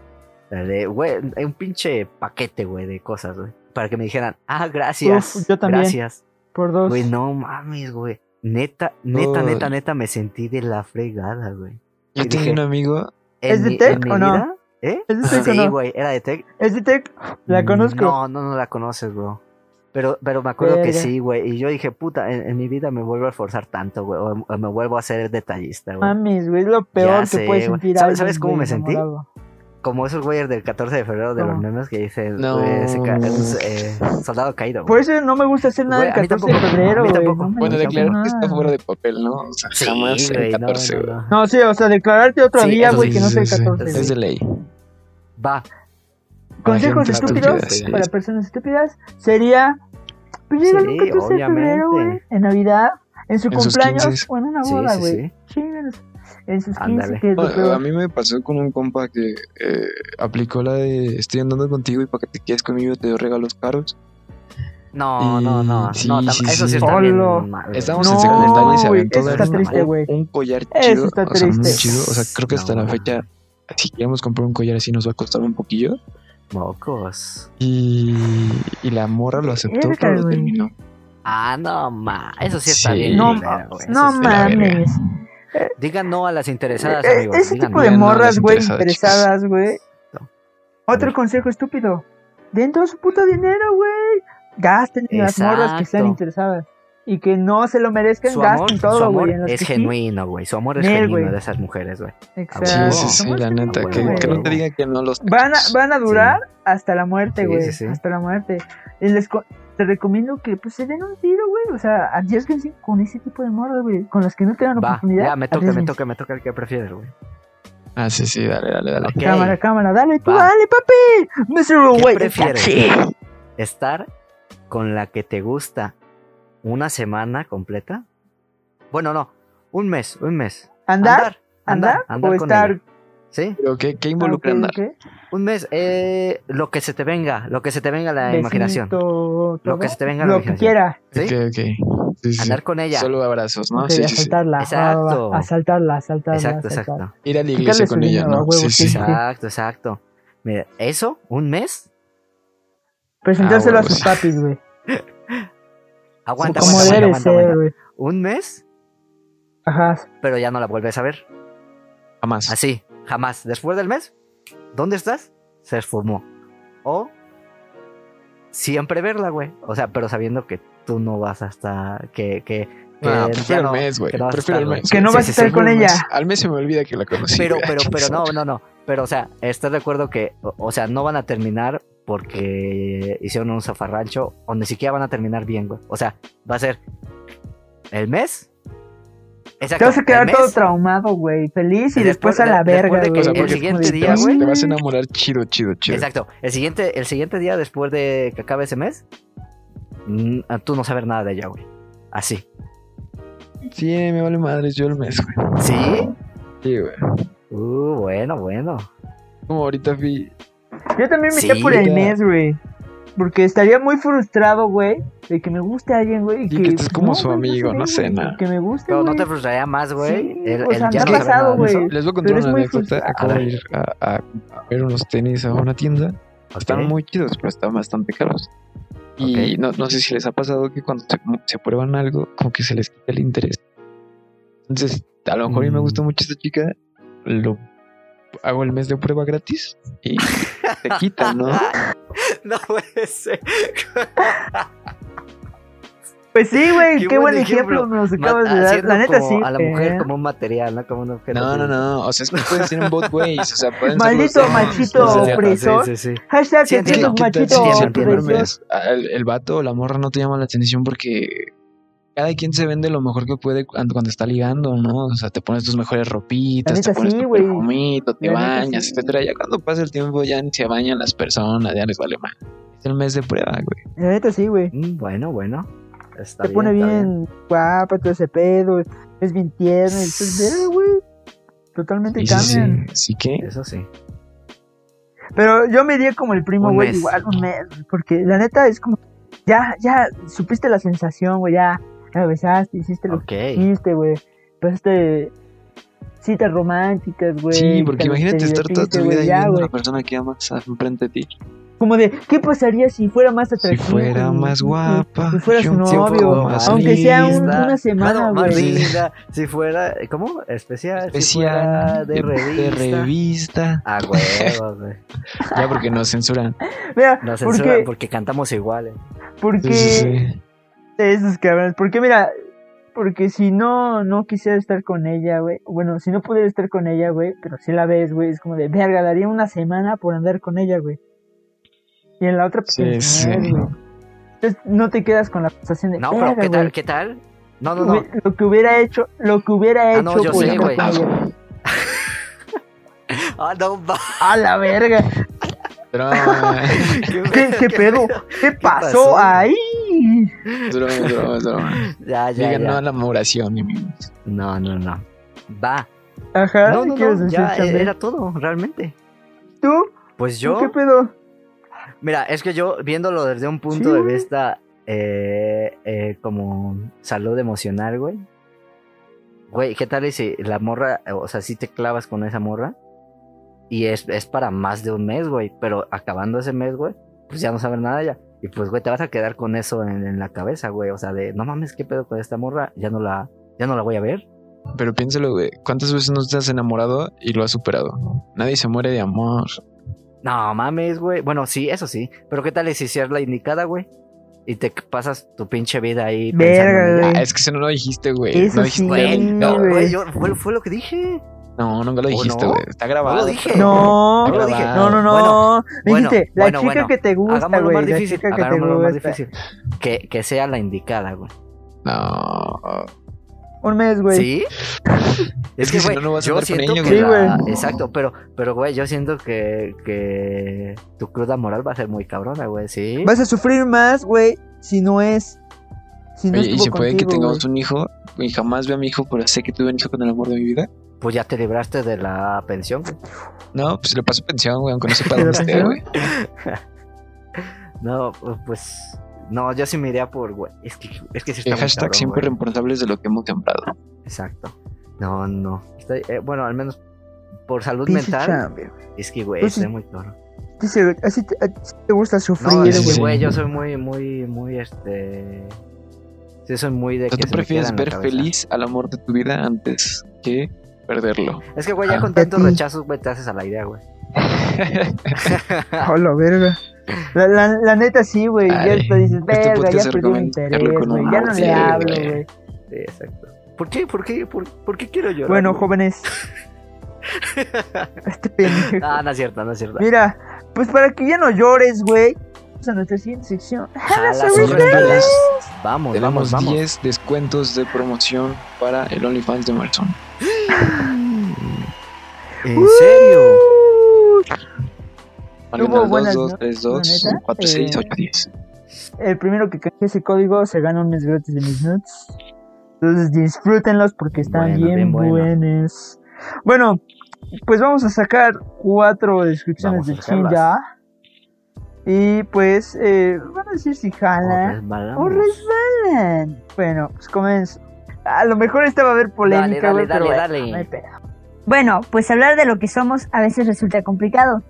S2: Regalé, güey, un pinche paquete, güey, de cosas, güey, para que me dijeran, ah, gracias,
S1: Uf, yo también.
S2: gracias.
S1: Por dos.
S2: Güey, no mames, güey, neta, neta,
S3: Uy.
S2: neta, neta, me sentí de la fregada, güey.
S3: Yo
S2: Y
S3: tenía
S2: dije,
S3: un amigo.
S2: En
S1: ¿Es de
S2: mi-
S1: Tec
S2: en mi
S1: o no?
S2: vida- ¿Eh?
S1: ¿Es de Tec o
S2: Sí,
S1: no?
S2: güey, era de Tech.
S1: ¿Es de Tech? La conozco.
S2: No, no, no la conoces, bro. Pero, pero me acuerdo que
S1: Verga.
S2: sí, güey. Y yo dije, puta, en, en mi vida me vuelvo a esforzar tanto, güey. O, o me vuelvo a ser detallista, güey.
S1: Mames, güey, es lo peor
S2: Ya
S1: que
S2: sé,
S1: puede
S2: güey.
S1: sentir
S2: ¿Sabes-
S1: alguien,
S2: sabes cómo
S1: güey,
S2: me sentí?
S1: enamorado.
S2: Como esos güeyes del 14 de febrero de los
S1: No.
S2: memes que dicen,
S3: No.
S2: eh, se ca- eh, soldado caído.
S1: Por
S2: güey.
S1: eso no me gusta hacer nada
S2: Güey, a mí
S1: el 14
S2: tampoco,
S1: de febrero,
S2: a mí
S1: güey.
S2: tampoco.
S1: No me
S3: Bueno,
S1: gusta
S3: declaró que
S1: nada.
S3: está fuera de papel, ¿no? O sea,
S2: Sí,
S3: jamás el
S2: güey, no,
S3: 14,
S2: no,
S3: güey.
S2: no.
S1: No, sí, o sea, declararte otro
S2: Sí,
S1: día,
S2: eso
S1: güey,
S2: sí,
S1: que no
S2: sí,
S1: sea el
S3: sí, sí.
S1: 14. güey.
S3: Es de ley.
S2: Va,
S1: Consejos
S3: Ejemplos
S1: estúpidos
S3: estúpidos, sí.
S1: para personas estúpidas sería pues llega
S2: Sí,
S1: el 14 de febrero, güey,
S2: obviamente.
S1: en Navidad, en su
S3: En sus
S1: cumpleaños
S3: 15.
S1: o en una
S2: Sí,
S1: boda,
S2: sí,
S1: güey.
S2: sí.
S1: Chingados. En sus 15,
S2: Ándale.
S1: que es lo
S3: Bueno, a
S1: peor.
S3: mí me pasó con un compa que eh, aplicó la de estoy andando contigo y para que te quedes conmigo te doy regalos caros.
S2: No, no, no.
S3: Sí,
S2: no tam-
S3: sí,
S2: eso sí,
S3: sí.
S2: está
S1: Hola.
S2: bien. mal, güey.
S3: Estábamos
S1: No,
S3: pues, en secundaria y se
S1: güey,
S3: aventó
S1: eso
S3: a
S1: está
S3: dar una-
S1: triste, güey.
S3: un, un collar
S1: Eso
S3: chido.
S1: está
S3: o sea, muy
S1: triste.
S3: chido. O sea, creo que hasta
S2: No.
S3: la fecha, si queremos comprar un collar así nos va a costar un poquillo.
S2: Mocos.
S3: Y, y la morra lo aceptó,
S1: Verga,
S3: pero lo
S1: güey.
S3: terminó.
S2: Ah, no, ma. Eso sí está
S3: Sí.
S2: bien.
S1: No,
S2: culero, güey.
S1: No
S2: Eso sí está bien.
S1: mames.
S2: Digan no a las interesadas,
S1: Eh,
S2: amigos.
S1: ese
S2: digan
S1: tipo
S2: no.
S1: de
S3: no, no
S1: morras,
S3: les
S1: güey,
S3: interesa, chicos.
S1: interesadas, güey.
S2: No.
S1: Otro
S2: ver.
S1: consejo estúpido. Den todo su puto dinero, güey. Gasten en las morras que sean
S2: Exacto.
S1: interesadas. Y que no se lo merezcan,
S2: Su
S1: gasten
S2: amor, su
S1: todo,
S2: amor
S1: güey. en las
S2: es
S1: que sí.
S2: genuino, güey. Su amor es
S1: Nel,
S2: genuino
S1: güey.
S2: de esas mujeres, güey.
S1: Exacto.
S3: Sí, sí,
S1: Su
S3: sí,
S1: amor
S3: la
S1: es
S3: neta.
S1: genuino,
S3: Que,
S1: güey.
S3: que no te digan que no los
S1: Van a,
S3: cachas.
S1: van a durar hasta la muerte,
S2: Sí,
S1: güey.
S2: sí, sí.
S1: Hasta la muerte. Y les co- te recomiendo que pues, se den un tiro, güey. O sea, arriesguense con ese tipo de morras, güey. Con las que no tengan
S2: Va,
S1: oportunidad.
S2: ya, me toca, me
S1: arriésguense.
S2: toca, me toca el que prefieres, güey.
S3: Ah, sí, sí, dale, dale, dale.
S2: Ok.
S1: Cámara, cámara, dale, tú,
S2: Va.
S1: dale, papi. Mr.
S2: ¿Qué
S1: Güey.
S2: prefieres?
S1: Sí.
S2: ¿Estar con la que te gusta una semana completa? Bueno, no, un mes, un mes.
S1: ¿Andar?
S2: andar,
S1: ¿Andar? ¿O
S2: con
S1: estar?
S2: ella. ¿Sí?
S3: Pero ¿qué, qué involucra
S1: Ah, ok,
S3: andar?
S1: ok.
S2: Un mes, eh, lo que se te venga, lo que se te venga la
S1: Besito,
S2: imaginación.
S1: todo.
S2: Lo que se te venga la
S1: Lo que
S2: imaginación.
S1: quiera.
S2: ¿Sí?
S3: Ok, ok. Sí, sí, sí.
S2: Andar con ella.
S3: Solo abrazos,
S2: Oh,
S3: ¿no?
S1: Ok,
S3: sí, sí, sí.
S1: asaltarla.
S2: Exacto.
S1: Asaltarla, asaltarla.
S2: Exacto,
S1: asaltarla.
S2: exacto.
S3: Ir a la
S1: Quitarle
S3: iglesia
S1: su
S3: con ella,
S1: dinero, a
S3: ¿no?
S1: huevo, sí,
S3: Sí, sí.
S1: sí.
S2: Exacto, exacto. Mira, eso, un mes,
S1: Presentárselo
S3: Ah,
S1: a sus
S3: huevos.
S1: papis, güey.
S2: aguanta,
S1: Como
S2: aguanta,
S1: debe
S2: aguanta, aguanta,
S1: ser,
S2: aguanta.
S1: güey.
S2: Un mes,
S1: Ajá.
S2: pero ya no la vuelves a ver.
S3: Jamás.
S2: Así, jamás. Después del mes, ¿dónde estás? Se esfumó. O siempre verla, güey. O sea, pero sabiendo que tú no vas a estar, que, que, que
S3: No,
S2: ya
S3: Ah, prefiero
S2: no-
S3: el mes, güey.
S2: que no vas a
S3: Prefiero el
S2: estar,
S3: mes.
S1: Que no
S3: güey.
S1: vas a estar con
S3: prefiero el
S1: ella.
S3: mes. Al mes se me olvida que la conocí.
S2: pero,
S3: güey.
S2: pero,
S3: Ah,
S2: pero no,
S3: chingas.
S2: no, no. Pero, o sea, estás de acuerdo que, o- o sea, no van a terminar porque hicieron un zafarrancho o ni siquiera van a terminar bien, güey. O sea, va a ser el mes. Exacto,
S1: Te vas a
S2: el
S1: quedar
S2: mes,
S1: todo traumado, güey. Feliz y
S2: Después-
S1: después, a la
S2: de-
S1: verga,
S2: después de que
S1: güey.
S3: O sea,
S2: el
S3: porque
S2: siguiente
S3: te
S2: día,
S3: vas-
S2: güey.
S3: Te vas a enamorar chido, chido, chido.
S2: Exacto. El siguiente, el siguiente día después de que acabe ese mes, mm, tú no saber nada de ella, güey. Así.
S3: Sí, me vale madres yo el mes, güey.
S2: ¿Sí?
S3: Sí, güey.
S2: Uh, bueno, bueno.
S3: Como ahorita fui.
S1: Yo también me iría
S2: Sí,
S1: por el
S3: ya.
S1: mes, güey. Porque estaría muy frustrado, güey, de que me guste alguien, güey.
S3: Y que estés como su
S1: güey,
S3: amigo,
S1: sé,
S3: no sé,
S1: güey,
S3: nada.
S1: Que me guste,
S2: Pero no
S1: güey.
S2: te frustraría más, güey.
S1: Sí,
S2: el,
S1: o
S2: el
S1: sea, me ha
S2: ya no saber
S1: pasado,
S2: nada de eso.
S1: güey.
S3: Les voy
S1: Pero
S3: a contar
S1: es
S3: una
S1: muy
S3: anécdota.
S1: frustrante.
S3: Acabo
S2: A
S3: de
S2: ver.
S3: ir a, a- a ver unos tenis a una tienda. Están
S2: Ok.
S3: muy chidos, pero están bastante caros. Y
S2: Ok.
S3: no, no sé si les ha pasado que cuando se, como que se prueban algo, como que se les quita el interés. Entonces, a lo mejor
S1: Mm.
S3: a mí me gusta mucho esta chica, lo hago el mes de prueba gratis y se quita, ¿no?
S2: No puede ser.
S1: Pues sí, güey,
S2: Qué
S1: qué,
S2: buen
S1: buen ejemplo, nos
S2: Ma-
S1: acabas de dar.
S2: haciendo
S1: La neta
S2: como
S1: sí.
S2: A la mujer
S1: eh.
S2: como un material, ¿no? Como un objeto.
S3: No,
S2: así.
S3: no, no. O sea, es que pueden ser en both ways. O sea, pueden ser
S1: Maldito
S3: los dos.
S1: machito
S3: O sea,
S1: hombre. opresor.
S2: Sí, sí, sí.
S1: Hashtag
S2: Sí,
S1: que
S3: ¿Qué,
S2: entiendo,
S1: tienes
S3: qué tal
S1: machito.
S3: si
S2: entiendo,
S3: en el primer
S1: opresor.
S3: mes Ah, el, el vato o la morra no te llama la atención porque cada quien se vende lo mejor que puede cuando, cuando está ligando, ¿no? O sea, te pones tus mejores ropitas,
S1: La
S3: te
S1: neta
S3: pones
S1: sí,
S3: tu
S1: güey.
S3: perfumito, te
S1: La neta
S3: bañas,
S1: sí.
S3: etcétera. Ya cuando pasa el tiempo ya ni se bañan las personas, ya les vale más. Es el mes de prueba, güey.
S1: La neta sí, güey.
S2: Mm, Bueno, bueno. Está
S1: Te pone
S2: está
S1: bien guapa, todo ese pedo. Es bien tierno. Y pues, verga, güey. Totalmente
S3: Y sí, sí,
S1: cambian.
S3: sí que
S2: Eso sí.
S1: Pero yo me iría como el primo,
S2: Un
S1: güey,
S2: mes.
S1: igual un mes, güey, porque la neta es como, ya, ya supiste la sensación, güey, ya la besaste, hiciste lo
S2: Ok.
S1: que hiciste, güey, pasaste citas románticas, güey.
S3: Sí, porque
S1: te-
S3: imagínate
S1: te
S3: estar toda
S1: divertiste,
S3: tu vida
S1: güey,
S3: ahí
S1: ya,
S3: viendo a
S1: güey.
S3: la persona que amas enfrente de ti.
S1: Como de, ¿qué pasaría si fuera más
S3: Si
S1: atractivo?
S3: fuera
S1: güey?
S3: más
S1: Si-
S3: guapa.
S1: mm, Si fuera su
S3: yo un poco
S1: novio,
S3: más
S1: aunque sea un-
S3: linda.
S1: una semana,
S2: Claro, más
S1: güey.
S2: linda. Si fuera, ¿cómo? Especial.
S3: especial
S2: Si fuera de revista.
S3: De revista.
S2: Ah, huevo, güey.
S3: Ya porque nos censuran.
S1: Mira,
S2: Nos censuran
S1: porque,
S2: porque... cantamos eh. iguales.
S1: porque
S3: Sí, sí, sí.
S1: de esos cabrones. Porque mira, porque si no, no quisiera estar con ella, güey. Bueno, si no pudiera estar con ella, güey, pero si la ves, güey, es como de verga, daría una semana por andar con ella, güey. Y en la otra, pues,
S3: Sí,
S1: ni
S3: sí.
S1: madre, güey. Entonces no te quedas con la sensación de
S2: No, pero
S1: "Verga,
S2: ¿qué
S1: güey,
S2: tal? ¿Qué tal? No, no, no.
S1: güey, Lo que hubiera hecho, lo que hubiera
S2: Ah,
S1: hecho
S2: no, yo
S1: por
S2: sé,
S1: andar
S2: güey.
S1: con ella.
S2: Ah, no, va.
S1: A la verga.
S3: Drama,
S1: ¿Qué, qué pedo? ¿Qué pasó
S2: pasó?
S1: ahí?
S3: drama, drama, drama.
S2: Ya, ya,
S3: Digan no
S2: ya.
S3: a la muración, amigos.
S2: No, no, no. Va.
S1: Ajá.
S2: No,
S1: ¿qué
S2: no,
S1: quieres
S2: no. Ya
S1: decir,
S2: eh,
S1: Chambel?
S2: era todo, realmente.
S1: ¿Tú?
S2: Pues
S1: ¿Tú
S2: yo.
S1: ¿Qué pedo?
S2: Mira, es que yo viéndolo desde un punto
S1: Sí,
S2: de
S1: güey.
S2: vista eh, eh, como salud emocional, güey. Güey, ¿qué tal y si la morra, eh, o sea, si te clavas con esa morra y es, es para más de un mes, güey, pero acabando ese mes, güey, pues ya no sabes nada ya. Y pues, güey, te vas a quedar con eso en, en la cabeza, güey. O sea, de, no mames, ¿qué pedo con esta morra? Ya no la, ya no la voy a ver.
S3: Pero piénsalo, güey. ¿Cuántas veces no te has enamorado y lo has superado? Nadie se muere de amor.
S2: No mames, güey. Bueno, sí, eso sí. Pero ¿qué tal y si sí es la indicada, güey? Y te pasas tu pinche vida ahí. pensando en
S1: Verga,
S2: ella.
S1: güey.
S3: Ah, es que eso no lo dijiste, güey.
S1: Eso
S3: No
S1: sí,
S3: dijiste.
S2: Güey,
S1: Sí,
S2: no,
S1: güey.
S2: güey, yo- fue, fue lo que dije.
S3: No, nunca lo
S2: ¿O
S3: dijiste,
S2: no?
S3: güey. Está grabado.
S2: No lo dije.
S1: No,
S3: Está
S2: Yo lo dije.
S1: no,
S3: grabado.
S1: no, no.
S2: Bueno,
S1: Me
S2: bueno,
S1: dijiste, la
S2: bueno,
S1: chica
S2: bueno.
S1: que te gusta,
S2: Hagámoslo
S1: güey.
S2: más
S1: La
S2: difícil.
S1: chica que te
S2: hagámoslo más
S1: gusta.
S2: difícil. Que, que sea la indicada, güey.
S3: No.
S1: Un mes, güey.
S2: ¿Sí?
S3: Es que si
S2: güey,
S3: no, no vas a
S2: yo
S3: andar con
S2: siento
S3: ella,
S2: que
S1: güey. Sí,
S2: la-
S3: güey.
S2: Exacto, pero, pero, güey, yo siento que, que tu cruda moral va a ser muy cabrona, güey, ¿sí?
S1: Vas a sufrir más, güey, si no es. Si no
S3: Oye, y
S1: estuvo
S3: se puede que
S1: contigo,
S3: tengamos
S1: güey.
S3: un hijo y jamás vea a mi hijo, pero sé que tuve un hijo con el amor de mi vida.
S2: Pues ya te libraste de la pensión, güey.
S3: No, pues le paso pensión, güey, aunque no sepa
S1: ¿Te
S3: dónde
S1: da
S3: esté,
S1: pensión?
S3: güey.
S2: No, pues... No, yo sí me iría por, güey. Es que, es que sí está
S3: Eh,
S2: muy
S3: hashtag
S2: cabrón,
S3: siempre
S2: güey.
S3: responsables de lo que hemos sembrado.
S2: Exacto. No, no. Estoy- eh, bueno, al menos por salud
S1: Pinche
S2: mental.
S1: chambe, güey.
S2: Es que, güey,
S1: Pues sí.
S2: estoy muy cabrón.
S1: Dice, así te, así te gusta sufrir,
S2: No,
S1: güey.
S2: es que,
S3: sí.
S2: güey, yo soy muy, muy, muy, este... Sí, soy muy de
S3: O sea,
S2: que
S3: tú
S2: se me queda
S3: prefieres
S2: en la
S3: ver
S2: cabeza.
S3: feliz al amor de tu vida antes que perderlo.
S2: Es que, güey, ya
S3: Ah.
S2: con tantos
S1: Ti.
S2: rechazos, güey, te haces a la idea, güey.
S1: Hola, verga. La, la, la neta sí, güey. Ya
S3: Ay,
S1: te dices,
S3: este
S1: verga,
S3: podcast
S1: ya
S3: se
S1: perdí mi
S3: recomienda
S1: interés,
S3: verlo con
S1: güey.
S3: un
S1: Ya no
S3: sí,
S1: le hablo,
S3: güey.
S1: güey.
S2: Sí, exacto. ¿Por qué? ¿Por qué? ¿Por, por qué quiero llorar?
S1: Bueno,
S2: güey?
S1: jóvenes. Este pendejo.
S2: Ah, no es cierto, no es cierto.
S1: Mira, pues para que ya no llores, güey. Vamos a nuestra siguiente sección.
S2: Jala
S1: Las
S2: sus
S1: orejas.
S2: revelas. Vamos, vamos,
S3: Tenemos
S2: vamos.
S3: 10 descuentos de promoción para el OnlyFans de Marson.
S2: ¿En serio?
S1: Uh, Tuvo
S3: Marcando
S1: buenas, ¿no?
S3: 232
S1: La neta,
S3: 46
S1: eh,
S3: 810.
S1: El primero que canje ese código se gana un mes gratis de mis nuts. Entonces disfrútenlos porque están
S2: Bueno,
S1: bien,
S2: bien bueno.
S1: buenos. Bueno, pues vamos a sacar cuatro descripciones
S2: Vamos a
S1: de
S2: sacarlas.
S1: Chinga. Y pues eh, van a decir si jala o
S2: Resbalamos.
S1: resbalan. Bueno, pues comienzo. A lo mejor esta va a haber
S2: Dale,
S1: polémica,
S2: dale,
S1: güey, pero
S2: dale,
S1: bueno, no hay
S2: dale.
S1: pedo.
S4: Bueno, pues hablar de lo que somos a veces resulta complicado.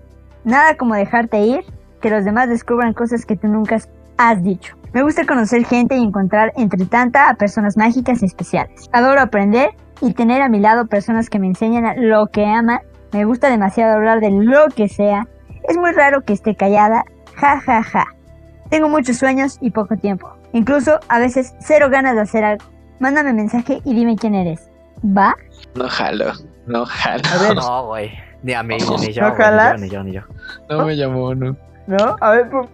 S4: Nada como dejarte ir, que los demás descubran cosas que tú nunca has dicho. Me gusta conocer gente y encontrar entre tanta a personas mágicas y especiales. Adoro aprender y tener a mi lado personas que me enseñan a lo que ama. Me gusta demasiado hablar de lo que sea. Es muy raro que esté callada. Ja, ja, ja. Tengo muchos sueños y poco tiempo. Incluso a veces cero ganas de hacer algo. Mándame mensaje y dime quién eres. ¿Va?
S3: No jalo, no jalo.
S1: A ver,
S2: No, güey. Ni a mí, ni yo,
S1: ¿No
S2: güey,
S1: jalas?
S2: ni yo, ni yo, ni yo.
S3: No me llamó, no.
S1: ¿no? A ver, por-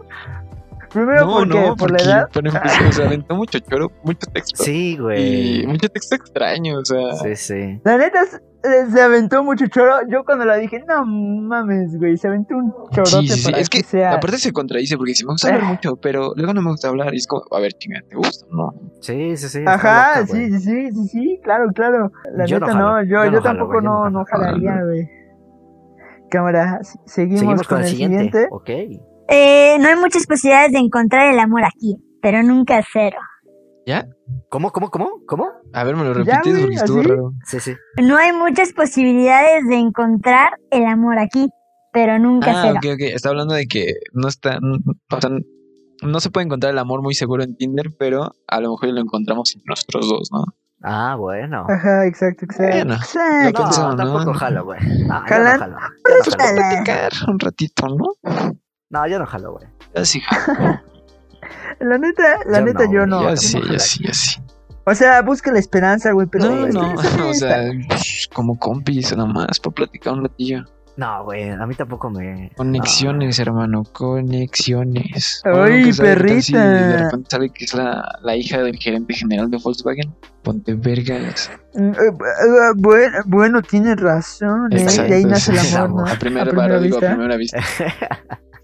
S1: primero
S3: No,
S1: porque
S3: no,
S1: por la edad.
S3: Para empezar, o sea, aventó mucho choro, mucho texto.
S2: Sí,
S3: Y
S2: güey.
S3: mucho texto extraño, o sea.
S2: Sí, sí.
S1: La neta se- eh, se aventó mucho choro. Yo cuando la dije, no mames, güey, se aventó un chorote
S3: Sí, sí, sí.
S1: para
S3: Es que
S1: sea.
S3: aparte se contradice porque si me gusta hablar mucho, pero luego no me gusta hablar y es como, a ver, chinga, ¿te gusta o no?
S2: Sí, sí, sí. está
S1: Ajá,
S2: loca, güey.
S1: sí, sí, sí, sí, sí, claro, claro. La
S2: Yo no
S1: neta
S2: jalo,
S1: no, yo, yo,
S2: yo no jalo,
S1: tampoco
S2: güey, yo
S1: no,
S2: no
S1: no
S2: jalo.
S1: jalaría, güey. Cámara, s- seguimos,
S2: Seguimos con el siguiente. Ok.
S4: Eh, no hay muchas posibilidades de encontrar el amor aquí, pero nunca cero.
S2: ¿Cómo, cómo, cómo? ¿Cómo?
S3: A ver, me lo
S1: Ya,
S3: repites
S1: güey,
S3: porque estuvo
S1: ¿así?
S3: raro.
S2: Sí, sí.
S4: No hay muchas posibilidades de encontrar el amor aquí, pero nunca
S3: Ah,
S4: cero.
S3: ok, ok. Está hablando de que no está. O sea, no se puede encontrar el amor muy seguro en Tinder, pero a lo mejor lo encontramos en nosotros dos, ¿no?
S2: Ah, bueno.
S1: Ajá, exacto, exacto.
S3: Bueno,
S1: Exacto.
S3: lo que- pensó,
S2: No,
S3: ¿no?
S2: tampoco jalo, güey. No, yo no
S1: ¿Jalan?
S2: jalo. Yo no jalo.
S1: Ah.
S3: Platicar un ratito, ¿no?
S2: No, yo no jalo, güey.
S3: Así,
S1: La neta, la
S2: Yo
S1: neta
S2: no,
S1: yo
S2: güey,
S1: no.
S3: ya
S2: yo
S3: sí,
S2: ojalá.
S3: ya sí, ya sí.
S1: O sea, busca la esperanza, güey, pero
S3: No,
S1: la
S3: no,
S1: esperanza
S3: o
S1: está-
S3: sea, pues, como compis, nada más, para platicar un ratillo.
S2: No, güey. A mí tampoco me.
S3: Conexiones, hermano, conexiones.
S1: Ah. Ay,
S3: Uno nunca sabe, ¿qué tal si de
S1: perrita.
S3: repente sale que es la, la hija del gerente general de Volkswagen. Ponte vergas.
S1: Mm, eh, eh, Bueno, bueno, tienes razón, ¿eh? De ahí
S2: pues,
S3: Exacto,
S1: nace
S3: sí,
S1: el
S3: sí,
S1: amor, ¿no?
S3: A primera,
S1: A primera
S3: digo, a
S1: vista.
S3: primera vista.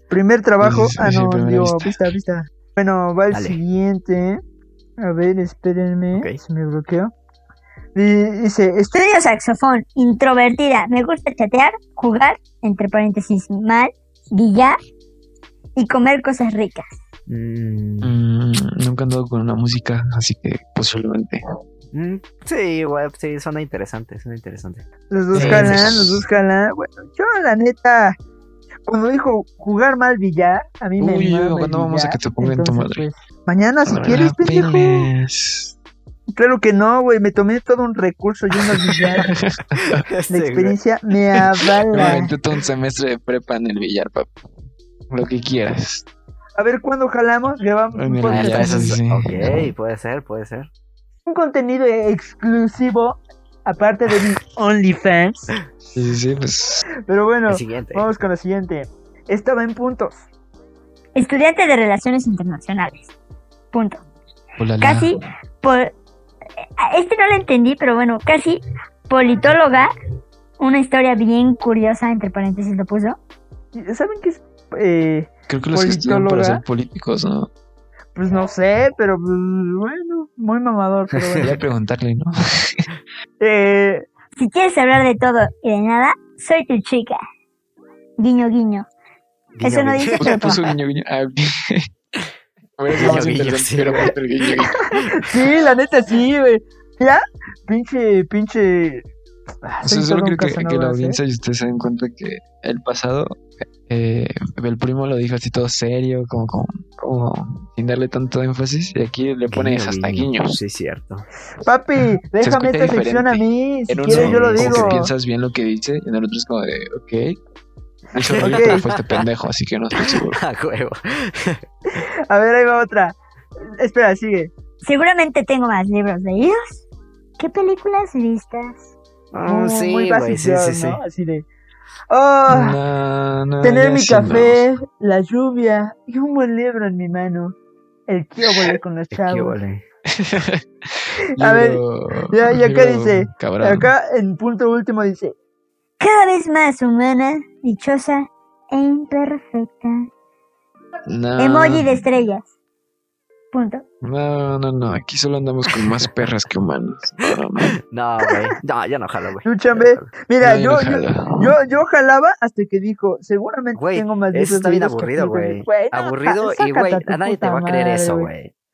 S1: Primer trabajo.
S3: Sí, sí,
S1: Ah,
S3: sí,
S1: no,
S3: primera
S1: digo,
S3: vista.
S1: vista, vista. Bueno, va el
S2: Dale.
S1: siguiente. A ver, espérenme.
S2: Ok.
S1: Se me bloqueó. Di- Dice, este...
S4: Estudio saxofón, introvertida, me gusta chatear, jugar, entre paréntesis, mal, billar y comer cosas ricas.
S2: Mm,
S3: Mm, nunca he andado con una música, así que posiblemente.
S2: mm, sí, güey. Sí, suena interesante. Suena interesante.
S1: los dos
S3: Sí,
S1: jalan,
S3: pues.
S1: los dos jalan. Bueno, yo la neta, cuando dijo jugar mal billar, a mí me
S3: Uy,
S1: mama
S3: ¿cuándo
S1: el
S3: vamos a
S1: billar,
S3: que te pongan tu madre?
S1: pues, mañana si quieres, pendejo.
S3: Apenas.
S1: Claro que no, güey, me tomé todo un recurso y unos billar. La
S2: Este, güey.
S1: experiencia me
S3: No, me
S1: avala.
S3: aventé todo un semestre de prepa en el billar, papi. Lo que quieras.
S1: A ver, ¿cuándo jalamos? Grabamos
S3: En
S1: un
S3: el
S1: podcast.
S3: billar,
S2: Eso es-
S3: Ah, sí.
S2: Ok, puede ser, puede ser.
S1: un contenido exclusivo aparte de mi OnlyFans.
S3: Sí, sí, sí, pues.
S1: Pero bueno,
S2: El siguiente.
S1: vamos con la siguiente. Esta va en puntos.
S4: Estudiante de relaciones internacionales. Punto.
S3: ulala.
S4: Casi por... Este no lo entendí, pero bueno, casi politóloga, una historia bien curiosa, entre paréntesis lo puso.
S1: ¿Y ¿Saben qué es? Eh,
S3: Creo que los que estudian para
S1: politóloga.
S3: ser políticos, ¿no?
S1: pues no sé, pero pues, bueno, muy mamador. Pero bueno.
S3: Quería preguntarle, ¿no?
S1: Eh,
S4: Si quieres hablar de todo y de nada, soy tu chica. Guiño, guiño.
S2: Guiño,
S4: eso no
S2: guiño.
S4: dice-
S3: Puso, puso guiño, guiño. Ah, ok. A ver, es lo más
S2: Guiño, guiño,
S3: interesante
S2: sí,
S3: que era
S2: güey.
S3: puesto el guiño, guiño.
S1: sí, la neta sí, güey. Ya, pinche, pinche. Ah,
S3: O sea,
S1: soy
S3: solo
S1: todo un
S3: creo que, que la
S1: Casanovas, ¿eh?
S3: audiencia y ustedes se den cuenta que el pasado, eh, el primo lo dijo así todo serio, como, como, como sin darle tanto énfasis, y aquí le pone
S2: Guiño,
S3: hasta
S2: guiño.
S3: guiños.
S2: Sí, cierto.
S1: Papi, déjame
S3: escucha
S1: esta sección
S3: diferente.
S1: a mí. Si
S3: En uno
S1: quieres, yo lo
S3: como
S1: digo.
S3: que piensas bien lo que dice, y en el otro es como de, ok, Mucho rollo,
S2: Ok.
S3: pero fue este pendejo, así que no estoy seguro.
S2: A huevo.
S1: A ver, ahí va otra. Espera, sigue.
S4: Seguramente tengo más libros leídos. ¿Qué películas vistas?
S2: Mm,
S1: Muy-
S2: sí,
S1: muy
S2: güey, sí,
S1: básico,
S2: sí, sí. Mm.
S1: ¿no? Así de. "Ah,
S3: No, no,
S1: tener
S3: ya
S1: mi
S3: sí,
S1: café, la lluvia y un buen libro en mi mano. El quiobole con los
S2: Qué
S1: chavos.
S2: vole.
S3: no.
S1: A ver,
S3: Libro-
S1: ya- ya acá
S3: libro
S1: dice,
S3: cabrón.
S1: Acá en punto último dice:
S4: Cada vez más humana, dichosa e imperfecta.
S3: No.
S4: Emoji de estrellas. Punto.
S3: No, no, no. Aquí solo andamos con más perras que humanos. No, no,
S2: No, güey. No, yo no jalo, güey.
S1: Lúchame. Mira,
S3: no,
S1: yo,
S3: no
S1: yo,
S3: jala.
S1: yo, yo jalaba hasta que dijo: Seguramente
S2: Güey,
S1: tengo más
S2: eso
S1: libros
S2: está bien
S1: leídos que
S2: aburrido,
S1: libros
S2: güey.
S1: de- Güey, no,
S2: Aburrido
S1: ja-
S2: y, güey,
S1: sácate
S2: a nadie
S1: tu
S2: te va a
S1: puta
S2: creer eso,
S1: madre,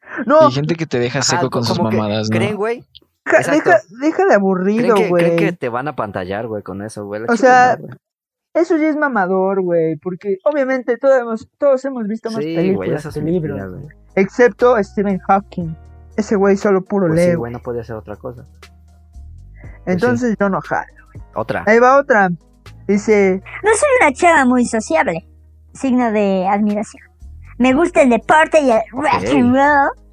S2: güey.
S1: No,
S3: Y gente que te deja
S2: Ajá,
S3: seco con sus
S2: como que
S3: mamadas, ¿no?
S2: ¿Creen, güey?
S1: ja-
S2: exacto.
S1: deja, deja de
S2: ¿Creen,
S1: aburrido,
S2: que- creen que
S1: güey.
S2: te van a pantallar, güey, con eso, güey? La
S1: O
S2: chingada,
S1: sea,
S2: güey.
S1: Eso ya es mamador, güey. Porque obviamente todos hemos, todos hemos visto más
S2: sí, güey,
S1: películas
S2: eso es
S1: que
S2: libro.
S1: libros. Excepto Stephen Hawking. Ese güey solo puro
S2: Pues sí,
S1: lee.
S2: güey, pues no puede ser otra cosa.
S1: Entonces yo no jalo.
S2: Otra.
S1: Ahí va otra. Dice:
S4: No soy una chava muy sociable. Signo de admiración. Me gusta el deporte y el rock
S2: Ok.
S4: and roll.